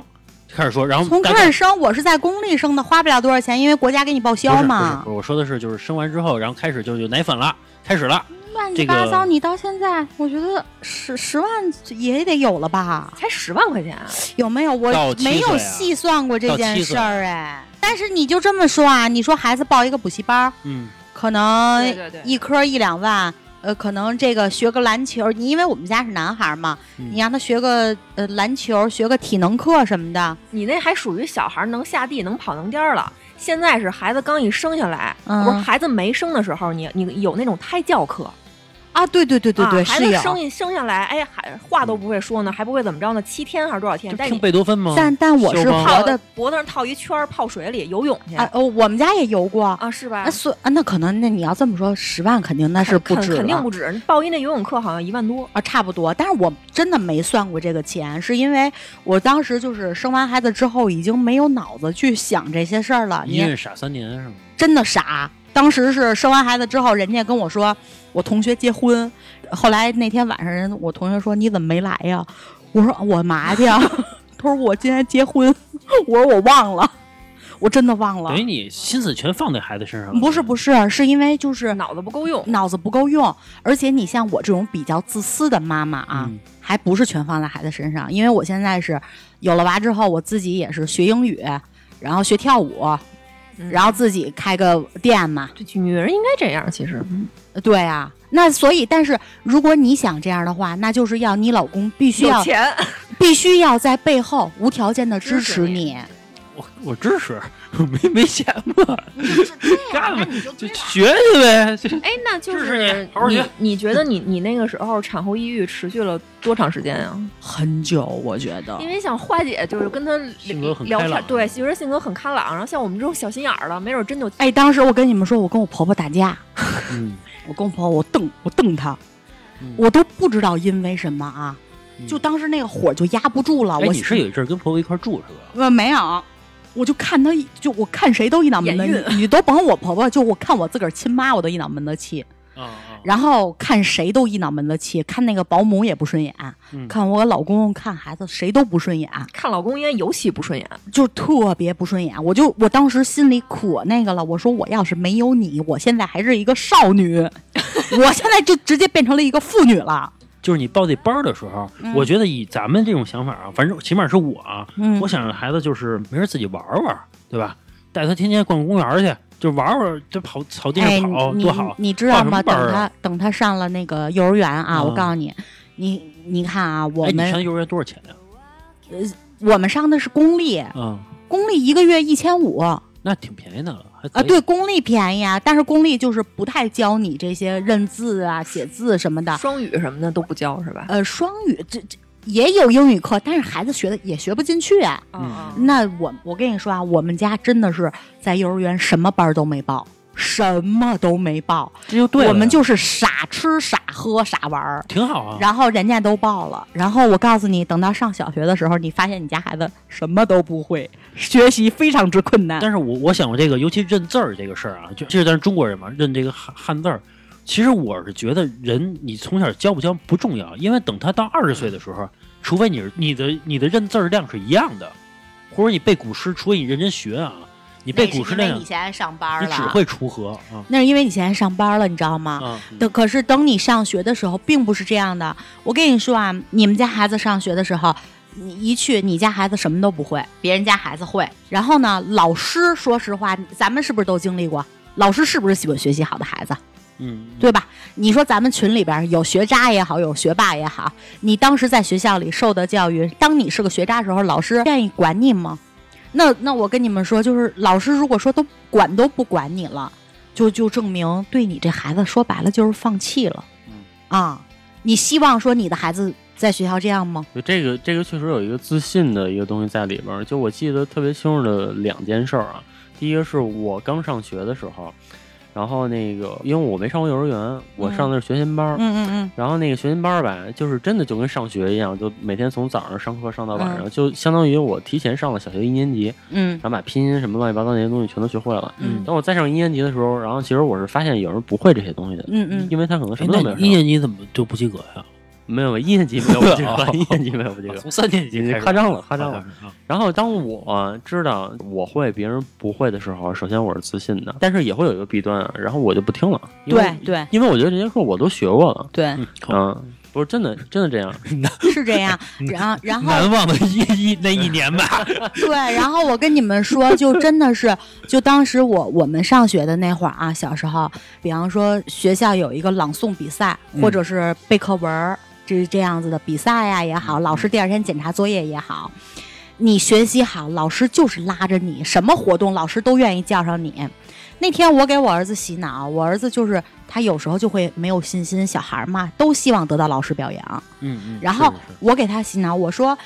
Speaker 2: 开始说，然后
Speaker 4: [laughs] 从
Speaker 2: 大
Speaker 4: 开
Speaker 2: 概
Speaker 4: 始生，我是在公立生的，花不了多少钱，因为国家给你报
Speaker 2: 不
Speaker 4: 销
Speaker 2: 是
Speaker 4: 嘛
Speaker 2: 不。是，我说的是就是生完之后，然后开始就有奶粉了，开始了。
Speaker 4: 乱
Speaker 2: 这
Speaker 4: 七八
Speaker 2: 个
Speaker 4: 糟，你到现在，我觉得十十万也得有了吧？
Speaker 5: 才十万块钱，啊
Speaker 4: 有没有？
Speaker 2: 到
Speaker 4: 我
Speaker 2: 七岁啊
Speaker 4: 没有细算过这
Speaker 2: 到七
Speaker 4: 件
Speaker 2: 岁
Speaker 4: 事儿哎。但是你就这么说啊？你说孩子报一个补习班儿，
Speaker 2: 嗯
Speaker 4: 可能
Speaker 5: 对对对
Speaker 4: 一科一两万，呃，可能这个学个篮球，你因为我们家是男孩儿嘛，
Speaker 2: 嗯
Speaker 4: 你让他学个呃篮球，学个体能课什么的，
Speaker 5: 你那还属于小孩能下地、能跑、能颠儿了。现在是孩子刚一生下来，
Speaker 4: 嗯
Speaker 5: 不是孩子没生的时候，你你有那种胎教课，
Speaker 4: 啊，对对对对对，
Speaker 5: 啊、孩
Speaker 4: 是
Speaker 5: 子
Speaker 4: 有。
Speaker 5: 生一生下来，哎，还话都不会说呢，还不会怎么着呢，七天还是多少天
Speaker 2: 就，
Speaker 5: 带
Speaker 2: 听
Speaker 5: 你
Speaker 2: 贝多芬吗？
Speaker 4: 但但我
Speaker 2: 修
Speaker 4: 是
Speaker 2: 帮
Speaker 4: 活
Speaker 5: 泡
Speaker 4: 的
Speaker 5: 脖子上套一圈儿，泡水里游泳去
Speaker 4: 啊，哦，我们家也游过。
Speaker 5: 啊是吧
Speaker 4: 那？所啊，那可能那你要这么说，十万肯定那是不
Speaker 5: 肯
Speaker 4: 止了，
Speaker 5: 肯定不止。报一那游泳课好像一万多，
Speaker 4: 啊，差不多。但是我真的没算过这个钱，是因为我当时就是生完孩子之后已经没有脑子去想这些事儿了，
Speaker 2: 一
Speaker 4: 你
Speaker 2: 孕傻三年是吗？
Speaker 4: 真的傻。当时是生完孩子之后，人家跟我说我同学结婚，后来那天晚上人我同学说你怎么没来呀？我说我麻去啊， [laughs] 他说我今天结婚，我说我忘了，我真的忘了
Speaker 2: 等于。你心思全放在孩子身上了。
Speaker 4: 不是不
Speaker 2: 是，
Speaker 4: 是，是因为就是
Speaker 5: 脑子不够用。
Speaker 4: 脑子不够用，而且你像我这种比较自私的妈妈啊，
Speaker 2: 嗯
Speaker 4: 还不是全放在孩子身上，因为我现在是有了娃之后，我自己也是学英语，然后学跳舞，
Speaker 5: 嗯
Speaker 4: 然后自己开个店嘛，
Speaker 5: 这女人应该这样，其实
Speaker 4: 呃对啊。那所以，但是如果你想这样的话，那就是要你老公必须 [laughs] 要
Speaker 5: 钱，
Speaker 4: 必须要在背后无条件的支
Speaker 5: 支持
Speaker 4: 持
Speaker 5: 你
Speaker 4: 你，
Speaker 2: 我我支持， [laughs] 没没钱嘛，干吧，就学去呗。就
Speaker 5: 哎，那就
Speaker 2: 支持
Speaker 5: 是
Speaker 2: 你好好
Speaker 5: 你
Speaker 2: 学，
Speaker 5: 你觉得你你那个时候产后抑郁持续了多长时间呀、
Speaker 4: 很久，我觉得
Speaker 5: 因为像花姐就是跟她
Speaker 2: 性格很
Speaker 5: 聊
Speaker 2: 开
Speaker 5: 天，
Speaker 2: 朗
Speaker 5: 对，其实性格很开朗，然后像我们这种小心眼儿的，没准真就
Speaker 4: 哎，当时我跟你们说，我跟我婆婆打架，
Speaker 2: [laughs] 嗯，
Speaker 4: 我跟我婆婆我瞪我瞪她，
Speaker 2: 嗯
Speaker 4: 我都不知道因为什么啊，就当时那个火就压不住了，
Speaker 2: 哎，
Speaker 4: 啊我
Speaker 2: 你是有一阵儿跟婆婆一块儿住是吧？
Speaker 4: 呃没有。我就看她，就我看谁都一脑门的，
Speaker 5: 眼晕
Speaker 4: 你你都甭我婆婆，就我看我自个儿亲妈，我都一脑门的气，
Speaker 2: 啊啊
Speaker 4: 然后看谁都一脑门的气，看那个保姆也不顺眼，
Speaker 2: 嗯
Speaker 4: 看我老公看孩子谁都不顺眼，
Speaker 5: 看老公应该尤其不顺眼。
Speaker 4: 就特别不顺眼。我就我当时心里可那个了，我说我要是没有你，我现在还是一个
Speaker 2: [laughs]
Speaker 4: 少女，我现在就直接变成了一个妇女了。
Speaker 2: 就是你报这班儿的时候，我觉得以咱们这种想法啊，反正起码是我啊，
Speaker 4: 嗯
Speaker 2: 我想让孩子就是没事自己玩儿玩儿，对吧？带他天天逛公园儿去，就玩玩，就跑草地
Speaker 4: 哎，
Speaker 2: 上跑
Speaker 4: 你
Speaker 2: 多好。
Speaker 4: 你知道
Speaker 2: 报什
Speaker 4: 吗？
Speaker 2: 么
Speaker 4: 等
Speaker 2: 班儿
Speaker 4: 他
Speaker 2: 啊
Speaker 4: 等他上了那个幼儿园啊，
Speaker 2: 嗯
Speaker 4: 我告诉你，你你看啊，我
Speaker 2: 哎，你上
Speaker 4: 们
Speaker 2: 幼儿园多少钱呀？
Speaker 4: 我们上的是公立，
Speaker 2: 嗯，
Speaker 4: 公立一个月一千五啊，
Speaker 2: 那挺便宜的了，还可以
Speaker 4: 呃对，公立便宜啊，但是公立就是不太教你这些认字啊、写字什么的，
Speaker 5: 双语什么的都不教是吧？
Speaker 4: 呃，双语这这也有英语课，但是孩子学的也学不进去啊。
Speaker 5: 嗯嗯
Speaker 4: 那我我跟你说啊，我们家真的是在幼儿园什么班儿都没报，什么都没报，
Speaker 2: 这就对了呀，
Speaker 4: 我们就是傻吃傻喝傻玩儿。
Speaker 2: 挺好啊。
Speaker 4: 然后人家都报了，然后我告诉你，等到上小学的时候，你发现你家孩子什么都不会，学习非常之困难。
Speaker 2: 但是我我想过这个，尤其认字儿这个事儿啊，就这是咱是中国人嘛，认这个汉汉字儿。其实我是觉得人你从小教不教不重要，因为等他到二十岁的时候，除非你是你的你的认字儿量是一样的，或者你背古诗，除非你认真学啊，你背古诗那
Speaker 4: 那是因
Speaker 2: 样
Speaker 4: 为，以前上班
Speaker 2: 你只
Speaker 4: 了，
Speaker 2: 会锄禾啊
Speaker 4: 那是因为以前上班了，你知道吗？
Speaker 2: 啊。
Speaker 4: 等可是等你上学的时候，并不是这样的。我跟你说啊，你们家孩子上学的时候，你一去，你家孩子什么都不会，别人家孩子会。然后呢，老师，说实话，咱们是不是都经历过？老师是不是喜欢学习好的孩子，
Speaker 2: 嗯，
Speaker 4: 对吧？你说咱们群里边有学渣也好，有学霸也好，你当时在学校里受的教育，当你是个学渣的时候，老师愿意管你吗？那那我跟你们说，就是老师如果说都管都不管你了，就就证明对你这孩子说白了就是放弃了。
Speaker 3: 嗯
Speaker 4: 啊，你希望说你的孩子在学校这样吗？
Speaker 3: 就这个这个确实有一个自信的一个东西在里边儿。就我记得特别清楚的两件事儿啊，第一个是我刚上学的时候，然后那个因为我没上过幼儿园，我上的是学前班儿。
Speaker 4: 嗯嗯
Speaker 3: 然后那个学前班儿吧，就是真的就跟上学一样，就每天从早上上课上到晚上，就相当于我提前上了小学一年级，
Speaker 4: 嗯
Speaker 3: 然后把拼音什么乱七八糟那些东西全都学会了。
Speaker 4: 嗯
Speaker 3: 等我再上一年级的时候，然后其实我是发现有人不会这些东西的，
Speaker 4: 嗯嗯
Speaker 3: 因为他可能
Speaker 2: 哎
Speaker 3: 什么
Speaker 2: 那
Speaker 3: 都没有
Speaker 2: 一
Speaker 3: 上。
Speaker 2: 年级怎么就不及格呀？
Speaker 3: 没有，一年级没有不及
Speaker 2: 哦
Speaker 4: [laughs]
Speaker 3: 格，一年级没有不及格。
Speaker 4: 哦
Speaker 2: 从三年级
Speaker 3: 哎
Speaker 2: 开
Speaker 3: 你这
Speaker 2: 始
Speaker 3: 夸张了，夸张
Speaker 2: 好
Speaker 3: 了
Speaker 2: 像。是啊
Speaker 3: 然后当我知道我会别人不会的时候，首先我是自信的，但是也会有一个弊端，啊，然后我就不听了。因为
Speaker 4: 对哦对
Speaker 3: 因为我觉得这些课我都学过了。
Speaker 4: [laughs] 对，
Speaker 2: 嗯好
Speaker 3: 嗯，不是真的，真的这样。 [laughs]
Speaker 4: 是这样。然后然后
Speaker 2: 难忘的一一那一年
Speaker 4: [laughs]
Speaker 2: 吧。
Speaker 4: 对，然后我跟你们说，就真的是，就当时我我们上学的那会儿啊，小时候，比方说学校有一个朗诵比赛，或者是背课文儿，这这样子的比赛呀、也好，老师第二天检查作业也好，你学习好，老师就是拉着你，什么活动老师都愿意叫上你。那天我给我儿子洗脑，我儿子就是他有时候就会没有信心，小孩儿嘛都希望得到老师表扬。
Speaker 2: 嗯嗯
Speaker 4: 然后
Speaker 2: 是是是
Speaker 4: 我给他洗脑，我说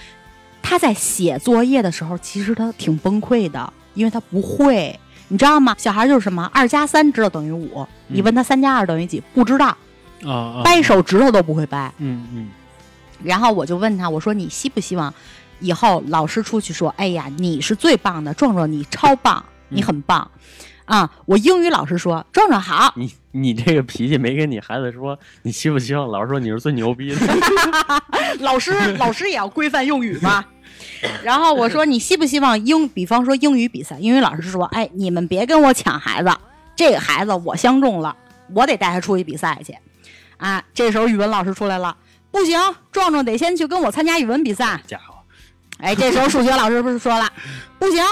Speaker 4: 他在写作业的时候，其实他挺崩溃的，因为他不会，你知道吗？小孩就是什么二加三知道等于五，你问他三加二等于几，不知道，
Speaker 2: 嗯啊啊，
Speaker 4: 掰手指头都不会掰。
Speaker 2: 嗯嗯
Speaker 4: 然后我就问他，我说你希不希望以后老师出去说，哎呀，你是最棒的，壮壮你超棒，
Speaker 2: 嗯
Speaker 4: 你很棒。啊！我英语老师说壮壮好，
Speaker 3: 你你这个脾气没跟你孩子说，你希不希望老师说你是最牛逼的？
Speaker 4: 老师老师也要规范用语嘛。然后我说你希不希望英，比方说英语比赛，英语老师说，哎，你们别跟我抢孩子，这个孩子我相中了，我得带他出去比赛去。啊，这时候语文老师出来了，不行，壮壮得先去跟我参加语文比赛。
Speaker 2: 家伙，
Speaker 4: 哎，这时候数学老师不是说了，不行，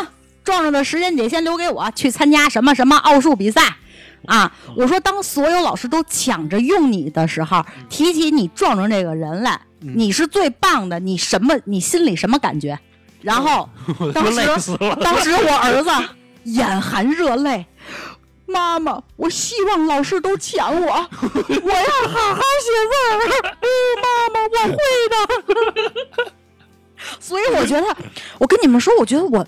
Speaker 4: 壮壮的时间得先留给我去参加什么什么奥数比赛。啊！我说，当所有老师都抢着用你的时候，提起你壮壮这个人来，你是最棒的，你什么？你心里什么感觉？然后
Speaker 2: [laughs]
Speaker 4: 当时，当时我儿子眼含热泪，妈妈，我希望老师都抢我，我要好好写字儿。嗯，妈妈，我会的。所以我觉得，我跟你们说，我觉得我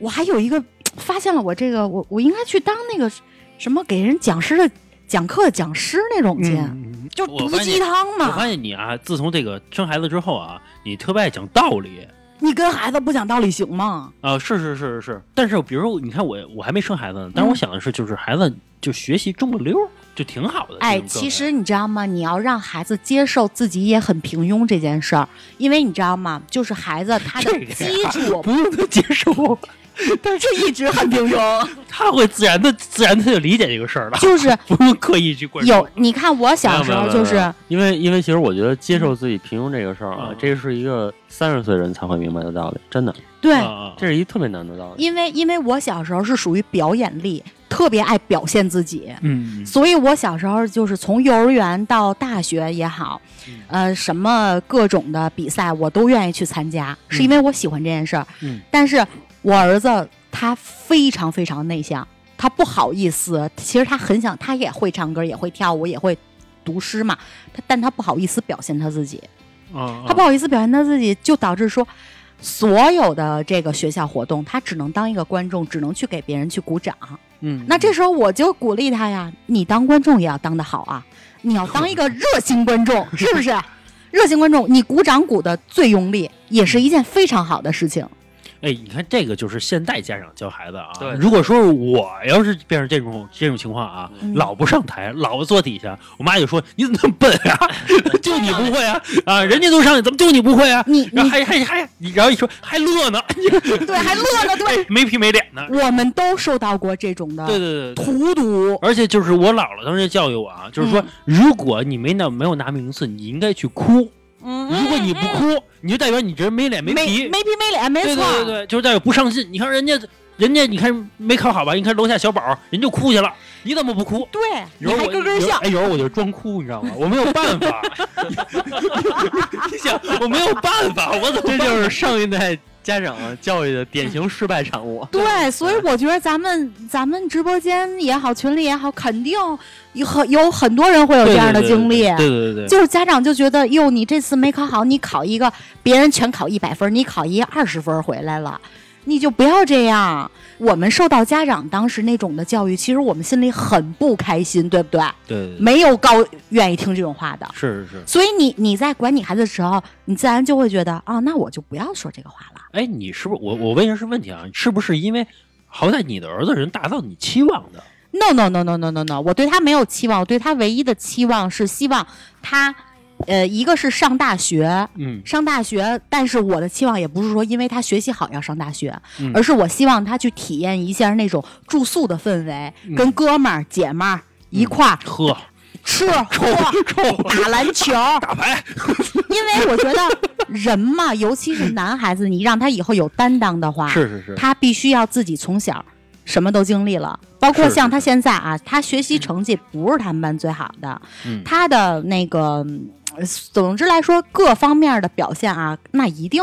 Speaker 4: 我还有一个发现了，我这个我我应该去当那个什么给人讲师的讲课的讲师那种去，就
Speaker 2: 嗯我
Speaker 4: 毒
Speaker 2: 发
Speaker 4: 鸡
Speaker 2: 现
Speaker 4: 汤
Speaker 2: 我发
Speaker 4: 嘛。
Speaker 2: 现你啊，自从这个生孩子之后啊，你特别爱讲道理
Speaker 4: 你跟孩子不讲道理行吗？
Speaker 2: 啊，是是是是是。但是比如你看我，我还没生孩子呢，但
Speaker 4: 嗯
Speaker 2: 是我想的是，就是孩子就学习中个溜儿就挺好的。
Speaker 4: 哎
Speaker 2: 这，种状态
Speaker 4: 其实你知道吗？你要让孩子接受自己也很平庸这件事儿，因为你知道吗？就是孩子他的基础，
Speaker 2: 不用他接受，
Speaker 4: [laughs] 但是一直很平庸。
Speaker 2: 他会自然的自然他就理解这个事儿了，
Speaker 4: [laughs]
Speaker 2: [laughs]
Speaker 4: 就是
Speaker 2: 不用刻意去灌输。
Speaker 4: 有，你看我小时
Speaker 3: 没有
Speaker 4: 候
Speaker 3: 没有
Speaker 4: 就是嗯
Speaker 3: 没有呃因为因为其实我觉得接受自己平庸这个事儿啊
Speaker 2: 嗯，
Speaker 3: 这是一个三十岁人才会明白的道理，真的，
Speaker 4: 对，
Speaker 2: 啊，啊
Speaker 3: 这是一特别难的道理。
Speaker 4: 因为因为我小时候是属于表演力，特别爱表现自己。
Speaker 2: 嗯，
Speaker 4: 所以我小时候就是从幼儿园到大学也好，呃，什么各种的比赛我都愿意去参加，是因为我喜欢这件事儿。
Speaker 2: 嗯
Speaker 4: 但是我儿子他非常非常内向，他不好意思，其实他很想，他也会唱歌，也会跳舞，也会读诗嘛，他但他不好意思表现他自己。
Speaker 2: 啊，
Speaker 4: 他不好意思表现他自己，就导致说，所有的这个学校活动，他只能当一个观众，只能去给别人去鼓掌。
Speaker 2: 嗯，
Speaker 4: 那这时候我就鼓励他呀，你当观众也要当得好啊，你要当一个热心观众，是不是？ [laughs] 热心观众，你鼓掌鼓的最用力，也是一件非常好的事情。
Speaker 2: 哎，你看这个就是现代家长教孩子啊。
Speaker 3: 对
Speaker 2: 如果说我要是变成这种这种情况啊，
Speaker 4: 嗯
Speaker 2: 老不上台，老坐底下，我妈就说你怎么那么笨啊？就你不会啊？啊，人家都上去，怎么就你不会啊？
Speaker 4: 你
Speaker 2: 然 [laughs] 后
Speaker 4: 你
Speaker 2: 还还还，然后一说还乐呢， [laughs] 哎
Speaker 4: 对，还乐了，对，
Speaker 2: 没皮没脸呢。
Speaker 4: 我们都受到过这种
Speaker 2: 对
Speaker 4: 的
Speaker 2: 对对对。
Speaker 4: 荼毒。
Speaker 2: 而且就是我姥姥当时教育我啊，就是说，
Speaker 4: 嗯
Speaker 2: 如果你没拿没有拿名次，你应该去哭。
Speaker 5: 嗯，
Speaker 2: 如果你不哭，你就代表你这人没脸
Speaker 4: 没
Speaker 2: 皮，
Speaker 4: 没皮没脸，没
Speaker 2: 对
Speaker 4: 错儿，
Speaker 2: 对对对，就是代表不上进。你看人家，人家你看没考好吧？你看楼下小宝，人就哭去了，你怎么不哭？
Speaker 4: 对
Speaker 2: 有
Speaker 4: 你
Speaker 2: 时候
Speaker 4: 还
Speaker 2: 我
Speaker 4: 咯咯
Speaker 2: 有
Speaker 4: 笑
Speaker 2: 哎，，有时候我就装哭，你知道吗？我没有办法，你想，我没有办法，我怎么
Speaker 3: 这就是上一代家长教育的典型失败产物。
Speaker 4: 对，所以我觉得咱们咱们直播间也好，群里也好，肯定有很有很多人会有这样的经历。啊
Speaker 2: 对对对对，
Speaker 4: 就是家长就觉得，哟，你这次没考好，你考一个别人全考一百分，你考一二十分回来了，你就不要这样。我们受到家长当时那种的教育，其实我们心里很不开心，对不对？
Speaker 2: 对对对，
Speaker 4: 没有高愿意听这种话的。
Speaker 2: 是是是。
Speaker 4: 所以你你在管你孩子的时候，你自然就会觉得啊，那我就不要说这个话了。
Speaker 2: 哎，你是不是我我问一下问题啊？是不是因为好歹你的儿子人达到你期望的？
Speaker 4: No no no no no no no，我对他没有期望，我对他唯一的期望是希望他，呃，一个是上大学，
Speaker 2: 嗯
Speaker 4: 上大学，但是我的期望也不是说因为他学习好要上大学，
Speaker 2: 嗯
Speaker 4: 而是我希望他去体验一下那种住宿的氛围，
Speaker 2: 嗯
Speaker 4: 跟哥们儿姐们儿一块儿
Speaker 2: 呵，
Speaker 4: 吃
Speaker 2: [laughs]
Speaker 4: 喝、打篮球、打牌， [laughs] 因为我觉得人嘛，尤其是男孩子，你让他以后有担当的话，
Speaker 2: 是是是，
Speaker 4: 他必须要自己从小什么都经历了，包括
Speaker 2: 是
Speaker 4: 像
Speaker 2: 是
Speaker 4: 他现在啊，他学习成绩不是他们班最好的，
Speaker 2: 嗯
Speaker 4: 他的那个。嗯总之来说，各方面的表现啊，那一定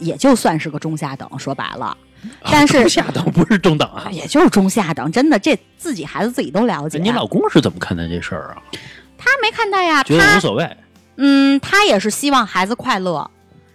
Speaker 4: 也就算是个中下等。说白了，但是
Speaker 2: 啊中下等不是中等啊。
Speaker 4: 也就是中下等，真的，这自己孩子自己都了解。啊
Speaker 2: 你老公是怎么看待这事儿啊？
Speaker 4: 他没看待呀，
Speaker 2: 觉得无
Speaker 4: 他
Speaker 2: 所谓。
Speaker 4: 嗯，他也是希望孩子快乐。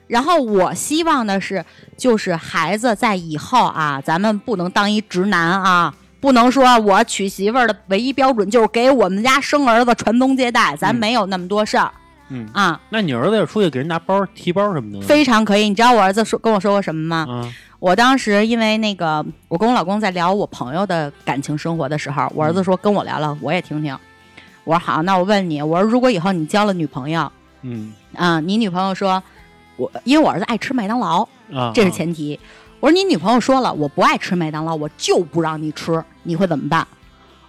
Speaker 4: 然后我希望的是，就是孩子在以后啊，咱们不能当一直男啊，不能说我娶媳妇儿的唯一标准就是给我们家生儿子传宗接代，咱
Speaker 2: 嗯
Speaker 4: 没有那么多事儿
Speaker 2: 嗯，
Speaker 4: 啊，
Speaker 2: 那你儿子要出去给人拿包、提包什么的呢，
Speaker 4: 非常可以。你知道我儿子说跟我说过什么吗？
Speaker 2: 啊，
Speaker 4: 我当时因为那个，我跟我老公在聊我朋友的感情生活的时候，我
Speaker 2: 嗯
Speaker 4: 儿子说跟我聊聊，我也听听。我说好，那我问你，我说如果以后你交了女朋友，
Speaker 2: 嗯
Speaker 4: 啊、你女朋友说，我因为我儿子爱吃麦当劳，
Speaker 2: 啊，
Speaker 4: 这是前提。我说你女朋友说了，我不爱吃麦当劳，我就不让你吃，你会怎么办？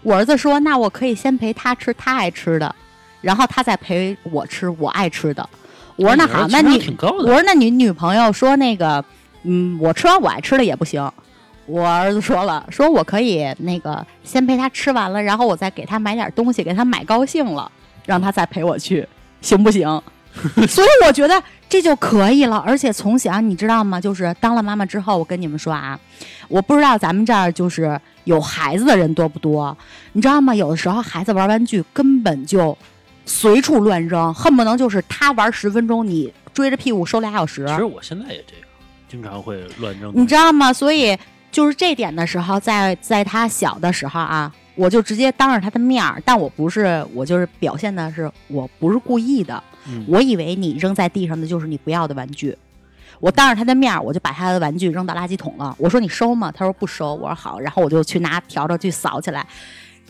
Speaker 4: 我儿子说，那我可以先陪他吃他爱吃的，然后他再陪我吃我爱吃的。我说那好，那
Speaker 2: 情商
Speaker 4: 你
Speaker 2: 挺高
Speaker 4: 我
Speaker 2: 的，
Speaker 4: 说那你女朋友说那个，嗯，我吃完我爱吃的也不行。我儿子说了，说我可以那个先陪他吃完了，然后我再给他买点东西，给他买高兴了，让他再陪我去，行不行？所以我觉得这就可以了。而且从小你知道吗？就是当了妈妈之后，我跟你们说啊，我不知道咱们这儿就是有孩子的人多不多，你知道吗？有的时候孩子玩玩具根本就随处乱扔，恨不能就是他玩十分钟，你追着屁股收俩小时。
Speaker 2: 其实我现在也这样，经常会乱扔。
Speaker 4: 你知道吗？所以就是这点的时候，在在他小的时候啊，我就直接当着他的面儿，但我不是，我就是表现的是我不是故意的，
Speaker 2: 嗯
Speaker 4: 我以为你扔在地上的就是你不要的玩具。我当着他的面儿，我就把他的玩具扔到垃圾桶了。我说：“你收吗？”他说：“不收。”我说：“好。”然后我就去拿笤帚去扫起来。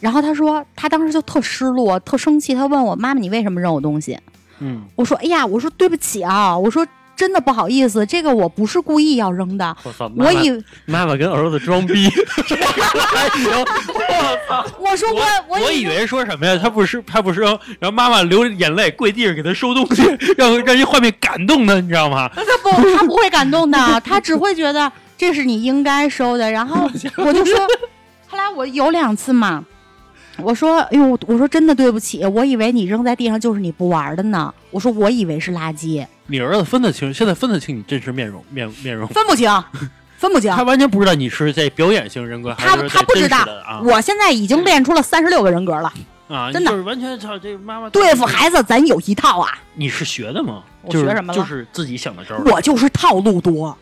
Speaker 4: 然后他说，他当时就特失落，特生气。他问我：“妈妈，你为什么扔我东西？”
Speaker 2: 嗯，
Speaker 4: 我说：“哎呀，我说对不起啊，我说真的不好意思，这个我不是故意要扔的，
Speaker 3: 我操！
Speaker 4: 我以
Speaker 3: 妈妈跟儿子
Speaker 2: [laughs]
Speaker 3: 装逼，
Speaker 4: [laughs]
Speaker 2: 哎
Speaker 4: 我说我我
Speaker 2: 我
Speaker 4: 以
Speaker 2: 以为说什么呀？他不是他不是扔，然后妈妈流着眼泪跪地上给他收东西，让让一画面感动他，你知道吗？
Speaker 4: 他不他不
Speaker 2: [laughs]
Speaker 4: 会感动的，他只会觉得这是你应该收的。然后我就说，后来我有两次嘛，我说，哎呦，我说真的对不起，我以为你扔在地上就是你不玩的呢，我说我以为是垃圾，
Speaker 2: 你儿子分得清，现在分得清你真实面容面面容，
Speaker 4: 分
Speaker 2: [laughs]
Speaker 4: 不清，分不清。
Speaker 2: 他完全不知道你是在表演型人格还
Speaker 4: 他
Speaker 2: 是
Speaker 4: 他
Speaker 2: 在
Speaker 4: 不
Speaker 2: 真
Speaker 4: 知
Speaker 2: 实
Speaker 4: 道
Speaker 2: 的，啊
Speaker 4: 我现在已经练出了三十六个人格
Speaker 2: [laughs]
Speaker 4: 了。
Speaker 2: 啊！
Speaker 4: 真的
Speaker 2: 就是完全操这妈妈
Speaker 4: 对付孩子，咱有一套啊！
Speaker 2: 你是学的吗？
Speaker 4: 我
Speaker 2: 就是
Speaker 4: 学什么了
Speaker 2: 就是自己想的招儿。
Speaker 4: 我就是套路多，
Speaker 2: 啊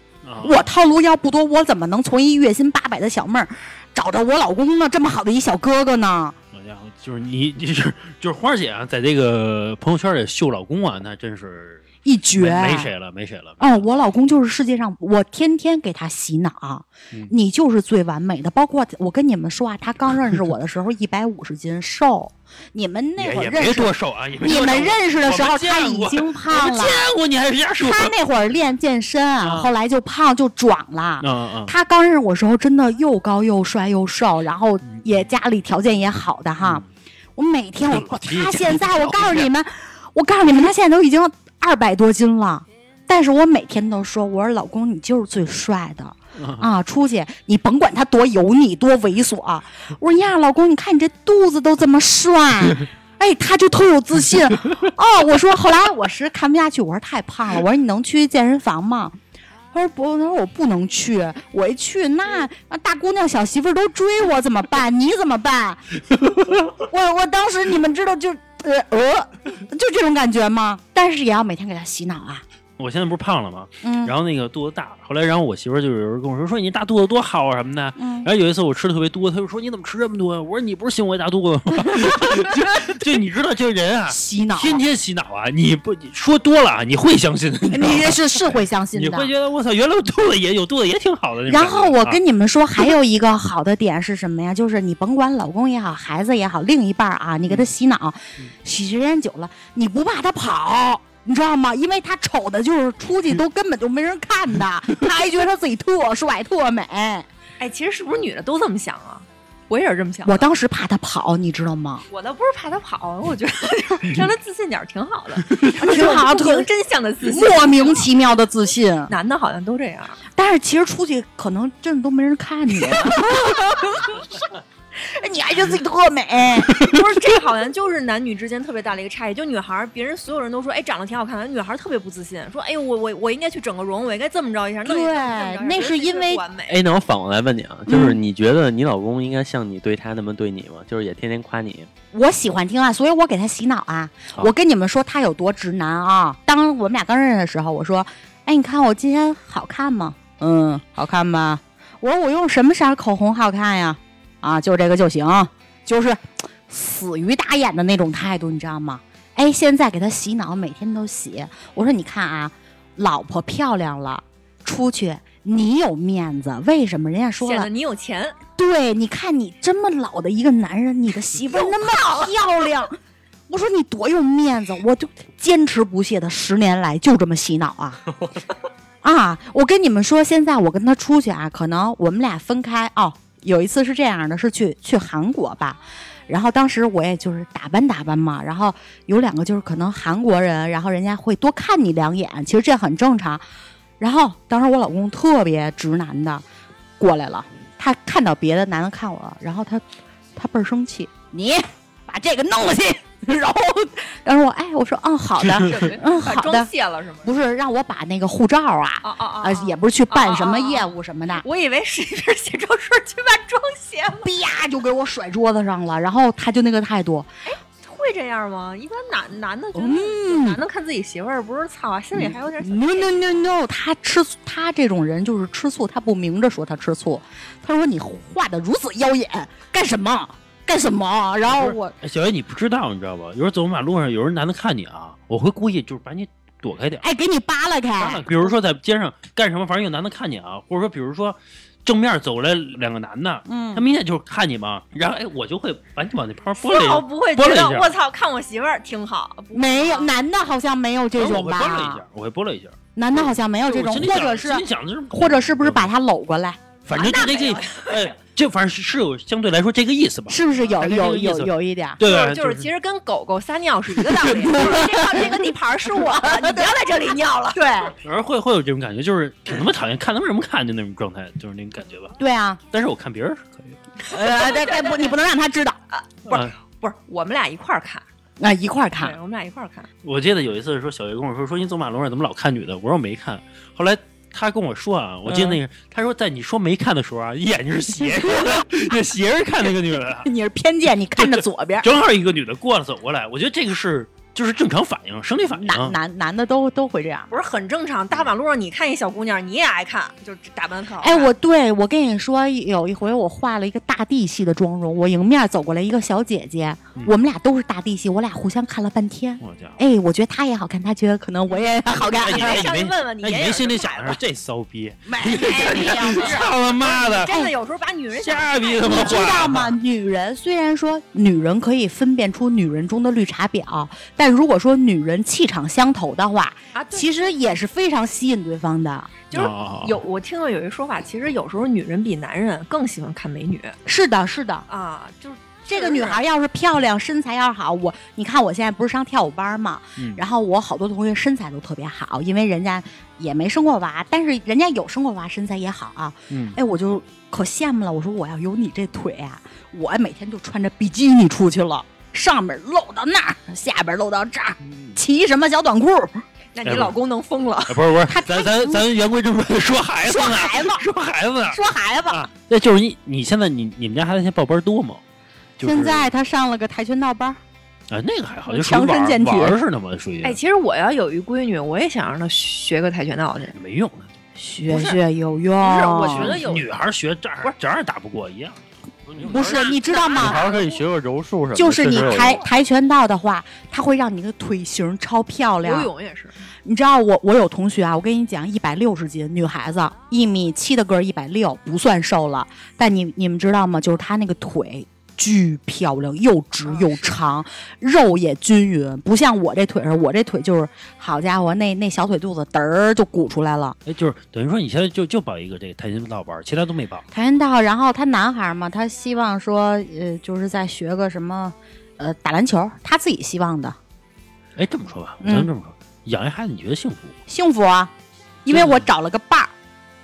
Speaker 4: 我套路要不多，我怎么能从一月薪八百的小妹儿找着我老公呢？这么好的一小哥哥呢？
Speaker 2: 好家伙，就是你，你是 [laughs] 就是花儿姐啊，在这个朋友圈里秀老公啊，那真是
Speaker 4: 一
Speaker 2: 没
Speaker 4: 绝，
Speaker 2: 没谁了，没谁了。
Speaker 4: 哦，我老公就是世界上，我天天给他洗脑，
Speaker 2: 嗯
Speaker 4: 你就是最完美的。包括我跟你们说啊，他刚认识我的时
Speaker 2: [laughs]
Speaker 4: 候一百五十斤瘦，你们那
Speaker 2: 也
Speaker 4: 会
Speaker 2: 也
Speaker 4: 儿认
Speaker 2: 别
Speaker 4: 识，
Speaker 2: 多瘦啊，也别
Speaker 4: 你
Speaker 2: 多瘦
Speaker 4: 们认识的时
Speaker 2: 我
Speaker 4: 候
Speaker 2: 们见
Speaker 4: 他已
Speaker 2: 过
Speaker 4: 经
Speaker 2: 我
Speaker 4: 胖
Speaker 2: 们
Speaker 4: 了
Speaker 2: 见，过你还是人家说
Speaker 4: 他那会儿练健身啊，
Speaker 2: 啊
Speaker 4: 后来就胖就壮了。
Speaker 2: 嗯嗯
Speaker 4: 他刚认识我的时候，真的又高又帅又瘦，然后
Speaker 2: 嗯
Speaker 4: 也家里条件也好的哈。我每天我
Speaker 2: 老提
Speaker 4: 他
Speaker 2: 家
Speaker 4: 现
Speaker 2: 里
Speaker 4: 在我
Speaker 2: 条
Speaker 4: 告诉
Speaker 2: 件
Speaker 4: 你们，我告诉你们，他现在都已经二百多斤了。但是我每天都说，我说老公，你就是最帅的
Speaker 2: 嗯
Speaker 4: 啊！出去你甭管他多油腻多猥琐啊、我说呀，老公，你看你这肚子都这
Speaker 2: [laughs]
Speaker 4: 么帅，哎，他就特有自信哦。我说后来我是看不下去，我说太胖了，我说你能去健身房吗？他说不，他说我不能去，我一去那那大姑娘小媳妇儿都追我怎么办？你怎么办？ [laughs] 我我当时你们知道就呃呃，就这种感觉吗？但是也要每天给他洗脑啊，
Speaker 2: 我现在不是胖了吗？
Speaker 4: 嗯
Speaker 2: 然后那个肚子大，后来然后我媳妇儿就有人跟我说说你大肚子多好啊什么的。
Speaker 4: 嗯
Speaker 2: 然，后有一次我吃的特别多，她就说你怎么吃这么多呀？我说你不是嫌我大肚子吗？ [laughs] 就就你知道这人啊，
Speaker 4: 洗脑，
Speaker 2: 天天洗脑啊！你不你说多了啊，你会相信的，你知道吗
Speaker 4: 你这是是会相信
Speaker 2: 你
Speaker 4: 的。
Speaker 2: 会觉得我操，原来我肚子也有肚子也挺好的那种
Speaker 4: 然
Speaker 2: 感觉啊。
Speaker 4: 后我跟你们说，还有一个好的点是什么呀？就是你甭管老公也好，孩子也好，另一半儿啊，你给他洗脑，
Speaker 2: 嗯
Speaker 4: 洗时间久了，你不怕他跑，你知道吗？因为他丑的就是出去都根本就没人看的，他还觉得他自己特帅特美。
Speaker 5: 哎，其实是不是女的都这么想啊？我也是这么想的。
Speaker 4: [laughs] 我当时怕他跑，你知道吗？
Speaker 5: 我倒不是怕他跑，我觉 [laughs] 得让他自信点儿挺好的，
Speaker 4: 挺好
Speaker 5: 不
Speaker 4: 特
Speaker 5: 明真相的自信。
Speaker 4: [laughs] 莫名其妙的自信，
Speaker 5: 男的好像都这样， [laughs]
Speaker 4: 但是其实出去可能真的都没人看你。 [laughs] 你还觉得自己特美，
Speaker 5: 不是这好像就是男女之间特别大的一个差异。就女孩儿，别人所有人都说，哎，长得挺好看的，女孩儿特别不自信，说，哎呦，我我我应该去整个容，我应该这么着一下。弄一
Speaker 4: 对
Speaker 5: 下这么着一下
Speaker 4: 那
Speaker 5: 觉得
Speaker 4: 是
Speaker 5: 自己
Speaker 4: 因
Speaker 5: 特
Speaker 4: 为
Speaker 5: 不完美。
Speaker 3: 哎，那我反过来问你啊，就是
Speaker 4: 嗯
Speaker 3: 你觉得你老公应该像你对他那么对你吗？就是也天天夸你，
Speaker 4: 我喜欢听啊，所以我给他洗脑啊。
Speaker 3: 好
Speaker 4: 我跟你们说他有多直男啊！当我们俩刚认识的时候，我说：“哎，你看我今天好看吗？嗯，好看吧？我说我用什么色口红好看呀？啊，就这个就行，就是死鱼打眼的那种态度，你知道吗？哎，现在给他洗脑，每天都洗。我说你看啊，老婆漂亮了，出去你有面子，为什么？人家说
Speaker 5: 显
Speaker 4: 了
Speaker 5: 得，你有 [laughs] 钱，
Speaker 4: 对，你看你这么老的一个男人，你的媳妇儿那么漂亮，我说你多有面子，我就坚持不懈的十年来就这么洗脑啊啊！我跟你们说，现在我跟他出去啊，可能我们俩分开哦。有一次是这样的，是去去韩国吧，然后当时我也就是打扮打扮嘛，然后有两个就是可能韩国人，然后人家会多看你两眼，其实这很正常。然后当时我老公特别直男的过来了，他看到别的男的看我了，然后他他倍儿生气，你把这个弄了去。然后当时我哎，我说嗯好
Speaker 5: [laughs]
Speaker 4: 的，嗯
Speaker 5: 把
Speaker 4: 好
Speaker 5: 妆
Speaker 4: 的，
Speaker 5: 卸了是吗？
Speaker 4: 不是让我把那个护照啊
Speaker 5: 啊啊
Speaker 4: 啊
Speaker 5: 啊！
Speaker 4: 也不是去办什么
Speaker 5: 啊啊啊啊
Speaker 4: 业务什么的，
Speaker 5: [laughs] 我以为是一边写妆水去把妆卸了，
Speaker 4: 啪就给我甩桌子上了。然后他就那个态度，
Speaker 5: 会这样吗？一般男男的觉得，
Speaker 4: 嗯
Speaker 5: 男的看自己媳妇儿不是操，心里还有点小
Speaker 4: no no no no，他吃醋他这种人就是吃醋，他不明着说他吃醋，他说你画的如此妖冶，干什么干什么？然后我
Speaker 2: 哎，小爷你不知道，你知道吧？有时候走马路上，有人男的看你啊，我会故意就是把你躲开点儿。
Speaker 4: 哎给你扒拉
Speaker 2: 当然
Speaker 4: 开，
Speaker 2: 比如说在街上干什么，反正有男的看你啊，或者说比如说正面走来两个男的，
Speaker 4: 嗯
Speaker 2: 他明显就是看你嘛，然后哎，我就会把你往那旁拨
Speaker 5: 丝
Speaker 2: 了一
Speaker 5: 毫
Speaker 2: 下，
Speaker 5: 不会
Speaker 2: 拨
Speaker 5: 觉
Speaker 2: 了一
Speaker 5: 得
Speaker 2: 下
Speaker 5: 我操，看我媳妇儿挺好，不
Speaker 4: 没有男的好像没有这
Speaker 2: 然后我
Speaker 4: 种
Speaker 2: 会拨了一
Speaker 4: 吧
Speaker 2: 下？，我会拨了一下，
Speaker 4: 男的好像没有这
Speaker 2: 就
Speaker 4: 种，
Speaker 2: 我心里
Speaker 4: 或
Speaker 2: 想
Speaker 4: 者是
Speaker 2: 心里想的
Speaker 4: 或者是不是把他搂过来？
Speaker 2: 反正就
Speaker 5: 啊那
Speaker 2: 这这
Speaker 5: 没有
Speaker 2: 哎。这反正是是有相对来说这个意思吧？
Speaker 4: 是不是有
Speaker 2: 大概这
Speaker 4: 有
Speaker 2: 个意
Speaker 4: 有
Speaker 2: 思
Speaker 4: 有一
Speaker 2: [laughs]
Speaker 4: 点儿？
Speaker 2: 对
Speaker 5: 就
Speaker 2: 吧，
Speaker 5: 是就是，其实跟狗狗撒尿是一个道
Speaker 4: 对
Speaker 5: 理，就是这块这个地盘是我的，你不要在这里尿了。 [laughs]
Speaker 4: 对
Speaker 2: 反正会会有这种感觉，就是挺他妈讨厌，看他们什么看就那种状态，就是那种感觉吧。
Speaker 4: 对啊，
Speaker 2: 但是我看别人是可以的，
Speaker 4: 呃，但但不，你不能让他
Speaker 2: [laughs]
Speaker 4: 知道。
Speaker 5: 不是
Speaker 2: 啊
Speaker 5: 不是，我们俩一块儿看，
Speaker 4: 那一块儿
Speaker 5: 对，
Speaker 4: 看，
Speaker 5: 我们俩一块儿看。
Speaker 2: 我记得有一次说小月跟我说说你走马路上怎么老看女的，我说我没看，后来。他跟我说啊，我记得那
Speaker 5: 嗯
Speaker 2: 个，他说在你说没看的时候啊，眼睛是斜着的， [laughs] 就斜着看那个女的，啊
Speaker 4: [laughs] 你是偏见，你看着左边儿。
Speaker 2: 正好一个女的过来走过来，我觉得这个是就是正常反应，生理反应。啊
Speaker 4: 男男男的都都会这样。
Speaker 5: 不是很正常，大马路上你看一小姑娘，你也爱看，就打扮可好看。
Speaker 4: 哎，我对我跟你说，有一回我画了一个大地系的妆容，我迎面走过来一个小姐姐，我们俩都是大地系，我俩互相看了半天。
Speaker 2: 我家伙，
Speaker 4: 哎，我觉得她也好看，她觉得可能我也
Speaker 2: [laughs]
Speaker 4: 好看。 [laughs]
Speaker 5: 你
Speaker 2: 哎
Speaker 5: 上
Speaker 2: 以
Speaker 5: 去
Speaker 2: 为
Speaker 5: 问问你
Speaker 2: 哎以
Speaker 5: 爷爷
Speaker 2: 为
Speaker 5: 是
Speaker 2: 心里
Speaker 5: 怎么
Speaker 2: 想的是这骚逼，
Speaker 5: 没有，不是
Speaker 2: 操他妈的，
Speaker 5: 真的有时候把女人想
Speaker 2: 瞎逼他妈
Speaker 4: 你
Speaker 2: 话
Speaker 4: 知道吗？？女人虽然说女人可以分辨出女人中的绿茶婊，但如果说女人气场相投的话，
Speaker 5: 啊，对
Speaker 4: 其实也是非常吸引对方的。
Speaker 5: 就是
Speaker 2: 哦
Speaker 5: 有我听过有一说法，其实有时候女人比男人更喜欢看美女
Speaker 4: 是的，是的。
Speaker 5: 啊，就是
Speaker 4: 这个女孩要是漂亮，身材要是好，我你看我现在不是上跳舞班嘛，
Speaker 2: 嗯
Speaker 4: 然后我好多同学身材都特别好，因为人家也没生过娃，但是人家有生过娃，身材也好啊。
Speaker 2: 嗯
Speaker 4: 哎，我就可羡慕了，我说我要有你这腿啊，我每天就穿着比基尼出去了，上面露到那儿，下边露到这儿，骑什么小短裤，
Speaker 5: 那你老公能疯了。
Speaker 2: 哎 [laughs] 不是不是
Speaker 4: 他，
Speaker 2: 咱
Speaker 4: 他
Speaker 2: 咱咱言归正传， [laughs] 说孩子
Speaker 4: 说
Speaker 2: 呢，
Speaker 4: 孩子，
Speaker 2: [laughs] 说孩子呢
Speaker 4: [laughs] 说孩子。
Speaker 2: 啊，那就是你你现在你你们家孩子现在报班多吗？就是
Speaker 4: 现在他上了个跆拳道班，
Speaker 2: 啊，那个还好，就属于
Speaker 4: 强身
Speaker 2: 玩
Speaker 4: 健体
Speaker 2: 玩儿似的嘛，属于
Speaker 5: 哎，其实我要有一闺女，我也想让她学个跆拳道去。
Speaker 2: 没用的。
Speaker 4: 学学有用。
Speaker 5: 不是我觉得有
Speaker 2: 啊女孩儿学这儿这儿打不过一样，
Speaker 4: 嗯不是，你知道吗？
Speaker 3: 孩儿可以学个柔术什么的，
Speaker 4: 就是你
Speaker 3: 确实有用啊
Speaker 4: 跆跆拳道的话，它会让你的腿型超漂
Speaker 5: 游
Speaker 4: 亮。
Speaker 5: 泳也是，
Speaker 4: 你知道我我有同学啊，我跟你讲，一百六十斤女孩子，一米七的个儿，一百六不算瘦了。但你你们知道吗？就是她那个腿巨漂亮，又直
Speaker 5: 啊
Speaker 4: 又
Speaker 5: 是
Speaker 4: 长，肉也均匀，不像我这腿上，我这腿就是好家伙，那那小腿肚子嘚儿就鼓出来了。
Speaker 2: 哎，就是等于说你现在就就报一个这个跆拳道班儿，其他都没报。
Speaker 4: 跆拳道，然后他男孩嘛，他希望说，呃，就是再学个什么，呃，打篮球，他自己希望的。
Speaker 2: 哎，这么说吧，
Speaker 4: 嗯
Speaker 2: 咱们这么说，养一孩子你觉得幸福吗？
Speaker 4: 幸福啊，因为
Speaker 2: 真的
Speaker 4: 我找了个伴儿。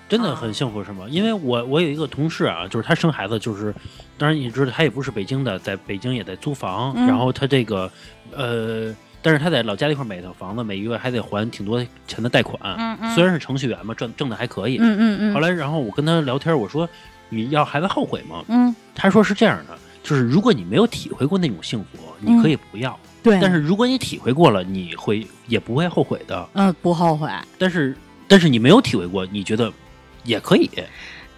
Speaker 2: 真的
Speaker 4: 嗯
Speaker 2: 很幸福是吗？因为我我有一个同事啊，就是他生孩子，就是当然你知道他也不是北京的，在北京也在租房，
Speaker 4: 嗯
Speaker 2: 然后他这个呃，但是他在老家那块儿买一套房子，每一个月还得还挺多钱的贷款，
Speaker 4: 嗯
Speaker 2: 虽然是程序员嘛，挣挣的还可以。
Speaker 4: 嗯嗯嗯，
Speaker 2: 后来然后我跟他聊天，我说你要孩子后悔吗？
Speaker 4: 嗯，
Speaker 2: 他说是这样的，就是如果你没有体会过那种幸福，你可以不要；
Speaker 4: 嗯对，
Speaker 2: 但是如果你体会过了，你会也不会后悔的。
Speaker 4: 嗯不后悔。
Speaker 2: 但是但是你没有体会过，你觉得也可以。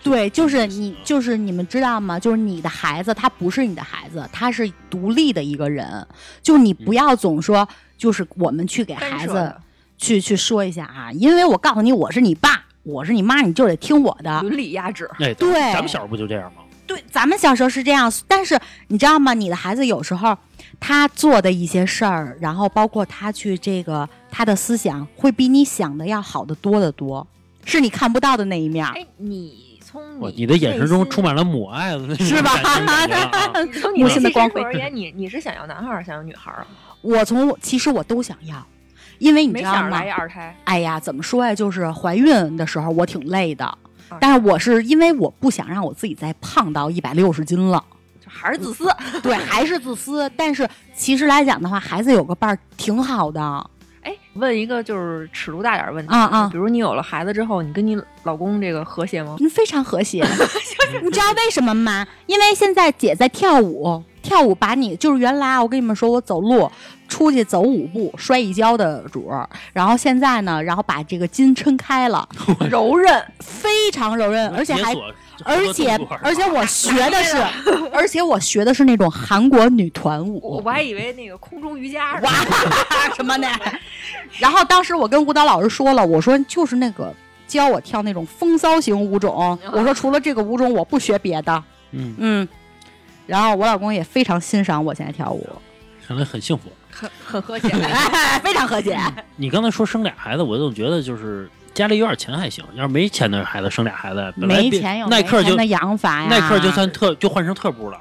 Speaker 4: 对，就是
Speaker 2: 就是
Speaker 4: 你，就是你们知道吗？就是你的孩子，他不是你的孩子，他是独立的一个人。就你不要总说，就是我们去给
Speaker 5: 干
Speaker 4: 孩
Speaker 5: 涉
Speaker 4: 子
Speaker 5: 的
Speaker 4: 去去说一下啊，因为我告诉你，我是你爸，我是你妈，你就得听我的。
Speaker 5: 伦理压制。
Speaker 2: 哎，
Speaker 4: 对嗯
Speaker 2: 咱们小时候不就这样吗？
Speaker 4: 对，咱们小时候是这样，但是你知道吗？你的孩子有时候他做的一些事儿，然后包括他去这个他的思想，会比你想的要好得多得多，是你看不到的那一面儿，
Speaker 5: 哎，你从
Speaker 2: 我你的眼神中
Speaker 5: 内心
Speaker 2: 充满了母爱的那种
Speaker 4: 是吧
Speaker 5: 嗯
Speaker 2: 感
Speaker 4: [laughs]
Speaker 2: 觉啊
Speaker 5: 你从
Speaker 4: 母
Speaker 5: 你
Speaker 4: 性的光辉
Speaker 5: 而言，你你是想要男孩儿，想要女孩儿啊？
Speaker 4: [laughs] 我从其实我都想要，因为你
Speaker 5: 没
Speaker 4: 知
Speaker 5: 想
Speaker 4: 道
Speaker 5: 着
Speaker 4: 吗
Speaker 5: 来一？二胎，
Speaker 4: 哎呀，怎么说呀？就是怀孕的时候我挺累的
Speaker 5: 啊。
Speaker 4: 但是我是因为我不想让我自己再胖到一百六十斤
Speaker 5: [laughs]
Speaker 4: 了，
Speaker 5: 就还是自私。
Speaker 4: 对，还是自私。但是其实来讲的话，孩子有个伴儿挺好的。
Speaker 5: 哎，问一个就是尺度大点儿问题
Speaker 4: 啊啊
Speaker 5: 比如你有了孩子之后，你跟你老公这个和谐吗？
Speaker 4: 嗯，非常和谐。你知道为什么吗？因为现在姐在跳舞，跳舞把你就是原来啊我跟你们说，我走路出去走五步摔一跤的主儿，然后现在呢，然后把这个筋撑开了，
Speaker 5: [laughs] 柔韧，
Speaker 4: 非常柔韧，而且还
Speaker 2: 解锁
Speaker 4: 而且
Speaker 2: 好多动作
Speaker 4: 而且我学
Speaker 2: [laughs]
Speaker 4: 的是，而且我学的是那种韩国女团
Speaker 5: 我
Speaker 4: 舞
Speaker 5: 我。还以为那个空中瑜伽是
Speaker 4: 哇
Speaker 5: 吧，
Speaker 4: 什么呢？然后当时我跟舞蹈老师说了，我说就是那个教我跳那种风骚型舞种，
Speaker 5: 嗯
Speaker 4: 我说除了这个舞种我不学别的。
Speaker 2: 嗯，
Speaker 4: 嗯，然后我老公也非常欣赏我现在跳舞，
Speaker 2: 看来很幸福。
Speaker 5: 很很和谐。
Speaker 4: [laughs] 哎非常和谐。
Speaker 2: 你刚才说生俩孩子，我总觉得就是。家里有点钱还行，要是没钱的孩子生俩孩子，本来
Speaker 4: 没
Speaker 2: 别
Speaker 4: 钱有
Speaker 2: 耐
Speaker 4: 没
Speaker 2: 克就
Speaker 4: 钱的养法呀，
Speaker 2: 耐克就算特就换成特步了，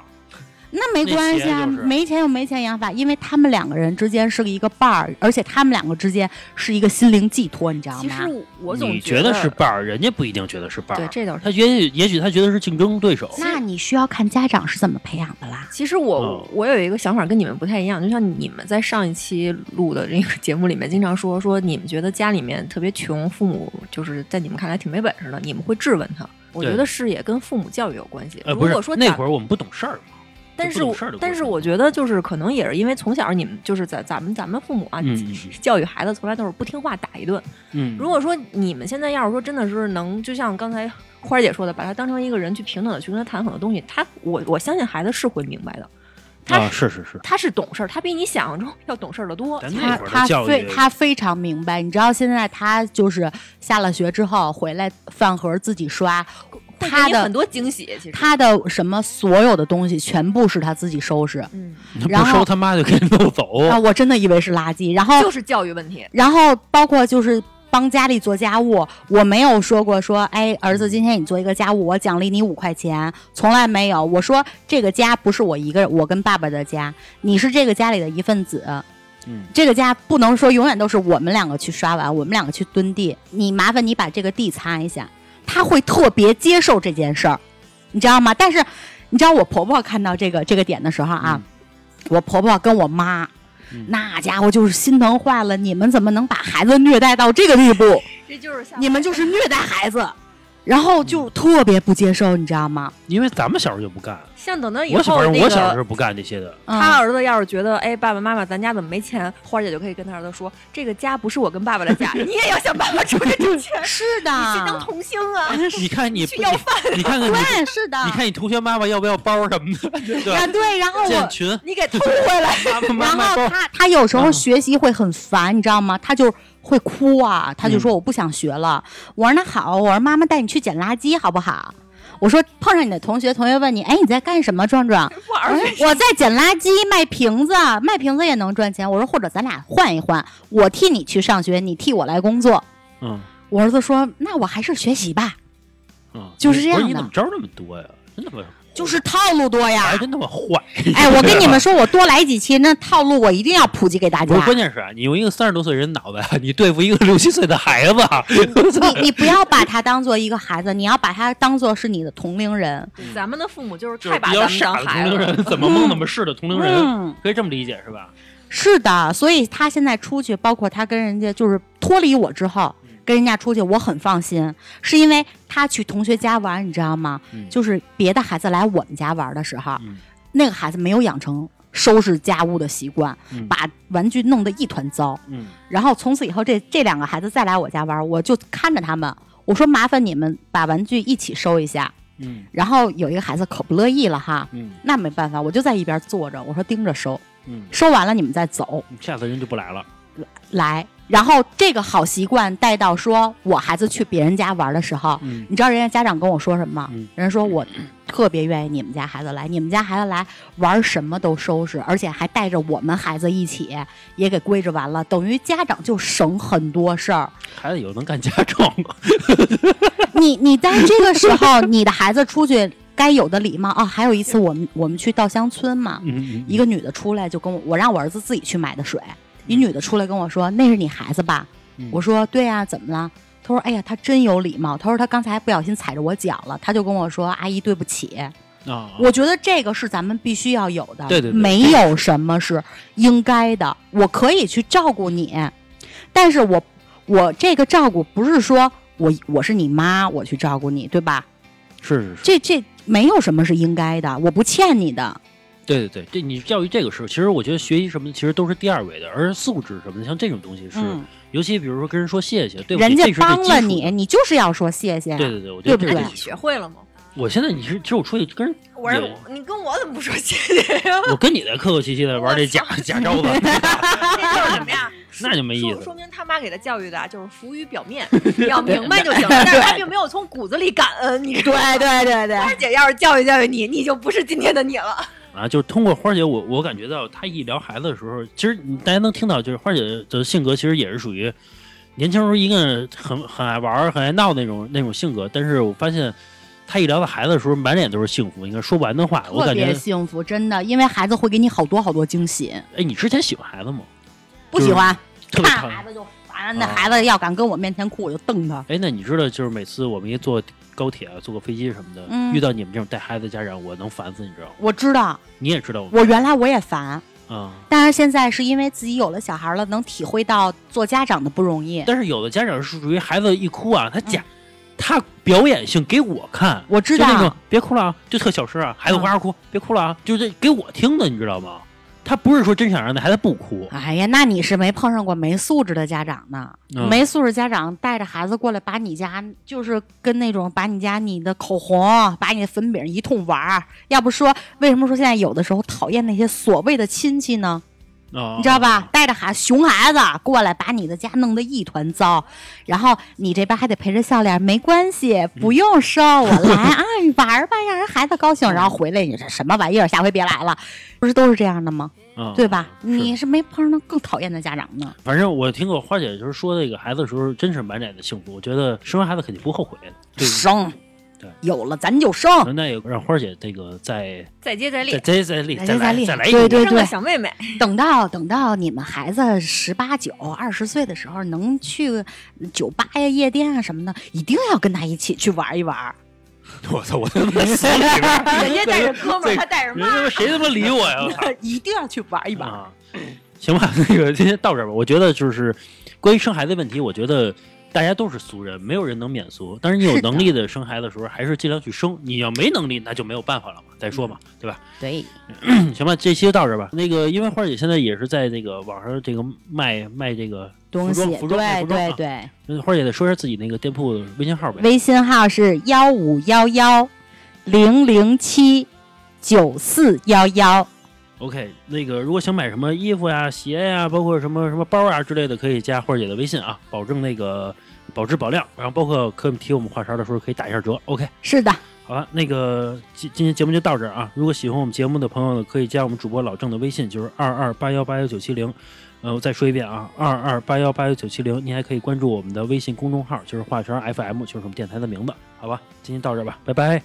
Speaker 4: 那没关系啊，
Speaker 2: 那鞋就是
Speaker 4: 没钱有没钱养法，因为他们两个人之间是一个伴儿，而且他们两个之间是一个心灵寄托，你知道
Speaker 5: 其
Speaker 4: 吗
Speaker 5: 实？我总
Speaker 2: 你觉
Speaker 5: 得
Speaker 2: 是伴儿，人家不一定觉得是伴
Speaker 5: 对，
Speaker 2: 儿，
Speaker 5: 这倒是
Speaker 2: 他。也许也许他觉得是竞争对手，
Speaker 4: 那你需要看家长是怎么培养的啦。
Speaker 5: 其实我、
Speaker 2: 嗯
Speaker 5: 我有一个想法跟你们不太一样，就像你们在上一期录的这个节目里面经常说说你们觉得家里面特别穷，父母就是在你们看来挺没本事的，你们会质问他。我觉
Speaker 2: 对
Speaker 5: 得是也跟父母教育有关系。
Speaker 2: 呃，
Speaker 5: 如
Speaker 2: 不是
Speaker 5: 果说
Speaker 2: 那
Speaker 5: 咱
Speaker 2: 会儿我们不懂事儿嘛，
Speaker 5: 但
Speaker 2: 不
Speaker 5: 是
Speaker 2: 懂
Speaker 5: 我
Speaker 2: 事儿的过
Speaker 5: 但是
Speaker 2: 程嗯
Speaker 5: 我觉得就是可能也是因为从小你们就是咱咱们咱们父母啊，
Speaker 2: 嗯嗯嗯
Speaker 5: 教育孩子从来都是不听话打一顿。
Speaker 2: 嗯，
Speaker 5: 如果说你们现在要是说真的是能，就像刚才花儿姐说的，把他当成一个人去平等的去跟他谈很多东西，他我我相信孩子是会明白的。他
Speaker 2: 啊是是是，
Speaker 5: 他是懂事儿，他比你想象中要懂事儿的多。
Speaker 2: 咱
Speaker 5: 他
Speaker 2: 那
Speaker 4: 他
Speaker 2: 会儿的
Speaker 4: 他
Speaker 2: 教育
Speaker 4: 非他非常明白，你知道现在他就是下了学之后回来饭盒自己刷，
Speaker 5: 会
Speaker 4: 他
Speaker 5: 给你
Speaker 4: 的
Speaker 5: 很多惊喜，其实
Speaker 4: 他的什么所有的东西全部是他自己收拾
Speaker 5: 嗯，
Speaker 2: 不
Speaker 4: 然后
Speaker 2: 收他妈就给弄走，
Speaker 4: 啊！我真的以为是垃圾，然后
Speaker 5: 就是教育问题。
Speaker 4: 然后包括就是帮家里做家务，我没有说过说，哎，儿子，今天你做一个家务，我奖励你五块钱，从来没有。我说这个家不是我一个，我跟爸爸的家，你是这个家里的一份子。
Speaker 2: 嗯，
Speaker 4: 这个家不能说永远都是我们两个去刷碗，我们两个去蹲地。你麻烦你把这个地擦一下，他会特别接受这件事儿，你知道吗？但是你知道我婆婆看到这个这个点的时候啊，我婆婆跟我妈。
Speaker 2: 嗯
Speaker 4: 那家伙就是心疼坏了，你们怎么能把孩子虐待到这个地步？ [laughs]
Speaker 5: 这就是像
Speaker 4: 你们就是虐待孩子，然后就特别不接受，你知道吗？
Speaker 2: 因为咱们小时候就不干，
Speaker 5: 像等到以
Speaker 2: 我小
Speaker 5: 后
Speaker 2: 反
Speaker 5: 那
Speaker 2: 正我小时
Speaker 5: 个
Speaker 2: 候不干这些的，
Speaker 5: 他
Speaker 4: 嗯
Speaker 5: 儿子要是觉得哎爸爸妈妈咱家怎么没钱，花儿姐就可以跟他儿子说这个家不是我跟爸爸的家， [laughs] 你也要向爸爸出去
Speaker 4: [laughs]
Speaker 5: 挣钱，
Speaker 4: 是
Speaker 5: 你去当
Speaker 4: 的，
Speaker 5: 童星啊。
Speaker 2: 你看你
Speaker 5: 去要
Speaker 2: 你你看看你，
Speaker 4: 对，是的，
Speaker 2: 你看你同学妈妈要不要包什么的，对吧？
Speaker 4: 啊，对，啊然后
Speaker 2: 建
Speaker 4: 我
Speaker 5: [laughs]
Speaker 2: 群，
Speaker 5: 你给偷回来，
Speaker 2: 妈妈妈
Speaker 4: 然
Speaker 2: 妈
Speaker 4: 后
Speaker 2: 包，
Speaker 4: 他他有时候
Speaker 2: 嗯
Speaker 4: 学习会很烦，你知道吗？他就会哭
Speaker 2: 嗯
Speaker 4: 啊，他就说我不想学了。我说那好，我说妈妈带你去捡垃圾好不好？我说碰上你的同学，同学问你，哎，你在干什么？壮壮，
Speaker 5: 我儿
Speaker 4: [laughs]
Speaker 5: 子
Speaker 4: 哎我在捡垃圾，卖瓶子，卖瓶子也能赚钱。我说或者咱俩换一换，我替你去上学，你替我来工作。
Speaker 2: 嗯
Speaker 4: 我儿子说，那我还是学习吧，
Speaker 2: 嗯，
Speaker 4: 就是
Speaker 2: 你
Speaker 4: 这
Speaker 2: 不
Speaker 4: 样
Speaker 2: 你
Speaker 4: 的
Speaker 2: 怎么招那么多呀？真他妈，
Speaker 4: 就是套路多呀
Speaker 2: 还。真他妈坏！
Speaker 4: 哎，我跟你们说，我多来几期，那套路我一定要普及给大
Speaker 2: 啊不
Speaker 4: 家
Speaker 2: 是，。关键是啊，你用一个三十多岁人脑袋，啊你对付一个六七岁的孩子，啊
Speaker 4: 你你不要把他当做一个孩子，你要把他当做是你的同龄人。
Speaker 5: 咱们的父母就
Speaker 2: [laughs]
Speaker 5: 是
Speaker 2: 嗯就是
Speaker 5: 太把
Speaker 2: 比
Speaker 5: 咱
Speaker 2: 较傻的
Speaker 5: 们当
Speaker 2: 同
Speaker 5: 孩
Speaker 2: 龄
Speaker 5: 子了。
Speaker 2: 人，怎么蒙怎么是的同龄人，
Speaker 4: 嗯，
Speaker 2: 可以这么理解是吧？
Speaker 4: 是的，所以他现在出去，包括他跟人家就是脱离我之后
Speaker 2: 嗯，
Speaker 4: 跟人家出去，我很放心，是因为他去同学家玩，你知道吗？
Speaker 2: 嗯
Speaker 4: 就是别的孩子来我们家玩的时候，
Speaker 2: 嗯
Speaker 4: 那个孩子没有养成收拾家务的习惯，
Speaker 2: 嗯
Speaker 4: 把玩具弄得一团糟。
Speaker 2: 嗯
Speaker 4: 然后从此以后这，这两个孩子再来我家玩，我就看着他们，我说麻烦你们把玩具一起收一下。
Speaker 2: 嗯
Speaker 4: 然后有一个孩子可不乐意了哈，
Speaker 2: 嗯
Speaker 4: 那没办法，我就在一边坐着，我说盯着收，
Speaker 2: 嗯，
Speaker 4: 收完了你们再走
Speaker 2: 下次人就不来了。
Speaker 4: 来。然后这个好习惯带到说我孩子去别人家玩的时候，
Speaker 2: 嗯
Speaker 4: 你知道人家家长跟我说什么吗？
Speaker 2: 嗯
Speaker 4: 人家说我特别愿意你们家孩子来，你们家孩子来玩什么都收拾，而且还带着我们孩子一起也给归置完了，等于家长就省很多
Speaker 2: [laughs]
Speaker 4: 事儿。
Speaker 2: 孩子有能干家政吗？
Speaker 4: 你你在这个时候，你的孩子出去该有的礼貌啊、还有一次我们我们去稻香村嘛，
Speaker 2: 嗯
Speaker 4: 一个女的出来就跟我，我让我儿子自己去买的水。一女的出来跟我说：“那是你孩子吧？”
Speaker 2: 嗯
Speaker 4: 我说：“对呀、怎么了？”她说：“哎呀，他真有礼貌。”她说：“他刚才不小心踩着我脚了。”她就跟我说：“阿姨，对不起。
Speaker 2: 啊，
Speaker 4: 我觉得这个是咱们必须要有的，
Speaker 2: 对对对
Speaker 4: 没有什么是应该的。我可以去照顾你，但是我我这个照顾不是说我我是你妈，我去照顾你，对吧？
Speaker 2: 是是是，
Speaker 4: 这这没有什么是应该的，我不欠你的。
Speaker 2: 对对对，这你教育这个事儿，其实我觉得学习什么的其实都是第二位的，而素质什么的，像这种东西是，
Speaker 4: 嗯，
Speaker 2: 尤其比如说跟人说谢谢，对不
Speaker 4: 人
Speaker 2: 起，
Speaker 4: 家
Speaker 2: 这是最
Speaker 4: 帮
Speaker 2: 基
Speaker 4: 了
Speaker 2: 础
Speaker 4: 你，
Speaker 2: 的。
Speaker 4: 你就是要说谢谢。
Speaker 2: 对对 [laughs] 对，我觉得这
Speaker 4: 对不
Speaker 2: 是
Speaker 4: 对
Speaker 2: 最
Speaker 5: 你
Speaker 2: 基础
Speaker 5: 学会了吗？
Speaker 2: 我现在你是，其实我出去跟人，
Speaker 5: 我让
Speaker 2: 也
Speaker 5: 我你跟我怎么不说谢谢呀？
Speaker 2: 我跟你在客客气气的玩这假假招子，
Speaker 5: 这就是什么呀？
Speaker 2: [laughs] 那就没意思
Speaker 5: 说说明他妈给他教育的啊就是浮于
Speaker 2: [laughs]
Speaker 5: 表面，你要明白就行了。但是他并没有从骨子里感恩，你知道吗
Speaker 4: 对对对对，
Speaker 5: 二姐要是教育教育你，你就不是今天的你了。
Speaker 2: 啊，就是通过花姐，我我感觉到她一聊孩子的时候，其实你大家能听到，就是花姐的性格其实也是属于年轻时候一个人很很爱玩儿、很爱闹那种那种性格，但是我发现他一聊到孩子的时候，满脸都是幸福。应该说不完的话，我
Speaker 4: 特
Speaker 2: 感觉
Speaker 4: 别，幸福，真的，因为孩子会给你好多好多惊喜。
Speaker 2: 哎，你之前喜欢孩子吗？
Speaker 4: 不喜欢，
Speaker 2: 特别
Speaker 4: 看
Speaker 2: 讨厌
Speaker 4: 孩。子就烦。那
Speaker 2: 啊
Speaker 4: 孩子要敢跟我面前哭，我就瞪他。
Speaker 2: 哎，那你知道，就是每次我们一坐高铁啊、坐个飞机什么的，
Speaker 4: 嗯
Speaker 2: 遇到你们这种带孩子的家长，我能烦死，你知道吗？
Speaker 4: 我知道，
Speaker 2: 你也知道我们
Speaker 4: 我原来我也烦，
Speaker 2: 啊、
Speaker 4: 但是现在是因为自己有了小孩了，能体会到做家长的不容易。
Speaker 2: 但是有的家长是属于孩子一哭啊，他假、
Speaker 4: 嗯
Speaker 2: 他表演性给我看，
Speaker 4: 我知
Speaker 2: 就那种
Speaker 4: 道，
Speaker 2: 别哭了啊，就特小声啊，孩子
Speaker 4: 嗯
Speaker 2: 哇哇哭，别哭了啊，就这给我听的，你知道吗？他不是说真想让那孩子不哭，
Speaker 4: 哎呀，那你是没碰上过没素质的家长呢。
Speaker 2: 嗯
Speaker 4: 没素质家长带着孩子过来，把你家就是跟那种把你家你的口红、把你的粉饼一通玩儿。要不说为什么说现在有的时候讨厌那些所谓的亲戚呢？
Speaker 2: 啊
Speaker 4: 你知道吧？？带着孩熊孩子过来，把你的家弄得一团糟，然后你这边还得陪着笑脸，没关系，不用收，我来啊，你玩儿吧，让人孩子高兴，然后回来你这什么玩意儿，下回别来了，不是都是这样的吗？
Speaker 2: 嗯
Speaker 4: 对吧？
Speaker 2: 是
Speaker 4: 你是没碰上更讨厌的家长呢。
Speaker 2: 反正我听过花姐就是说那个孩子的时候，真是满脸的幸福。我觉得生完孩子肯定不后悔的，对不对
Speaker 4: 生
Speaker 2: 对，
Speaker 4: 有了咱就生，
Speaker 2: 那也让花姐这个再
Speaker 5: 再接再
Speaker 2: 再
Speaker 5: 厉，
Speaker 2: 再再立
Speaker 4: 再
Speaker 2: 再
Speaker 4: 接再
Speaker 2: 来
Speaker 4: 厉
Speaker 2: 再来一个
Speaker 4: 对对
Speaker 5: 生个小妹妹，
Speaker 2: [laughs] 嗯
Speaker 4: 等到等到你们孩子十八九、二十岁的时候，能去酒吧呀、夜店啊什么的，一定要跟他一起去玩一玩。
Speaker 2: 我操！我他妈心里边儿，
Speaker 5: 人家带着哥们儿，他带着
Speaker 2: 人
Speaker 5: 妈。
Speaker 2: 家说谁他妈理我
Speaker 4: [laughs]
Speaker 2: 呀？我操！
Speaker 4: [laughs] 一定要去玩一玩，
Speaker 2: 啊，行吧， [laughs] 那个今天到这儿吧。我觉得就是关于生孩子问题，我觉得大家都是俗人，没有人能免俗。但是你有
Speaker 4: 是的
Speaker 2: 能力的生孩子的时候，还是尽量去生。你要没能力，那就没有办法了嘛，再说嘛，对吧？
Speaker 4: 对，
Speaker 2: 嗯行吧，这期就到这儿吧。那个，因为花姐现在也是在那个网上这个卖卖这个
Speaker 4: 东西，
Speaker 2: 服装服装卖
Speaker 4: 对
Speaker 2: 服装
Speaker 4: 对
Speaker 2: 啊
Speaker 4: 对，
Speaker 2: 那花姐得说一下自己那个店铺的微信号呗。
Speaker 4: 微信号是幺五幺幺零零七九四幺幺，
Speaker 2: OK，那个如果想买什么衣服呀、鞋呀，包括什么什么包啊之类的，可以加花姐的微信啊，保证那个保质保量。然后包括可以提我们话茬的时候可以打一下折。OK，
Speaker 4: 是的，
Speaker 2: 好了，那个今今天节目就到这儿啊。如果喜欢我们节目的朋友呢，可以加我们主播老郑的微信，就是二二八幺八幺九七零。呃，我再说一遍啊，二二八幺八幺九七零。您还可以关注我们的微信公众号，就是华晨 FM，就是我们电台的名字。好吧，今天到这儿吧，拜拜。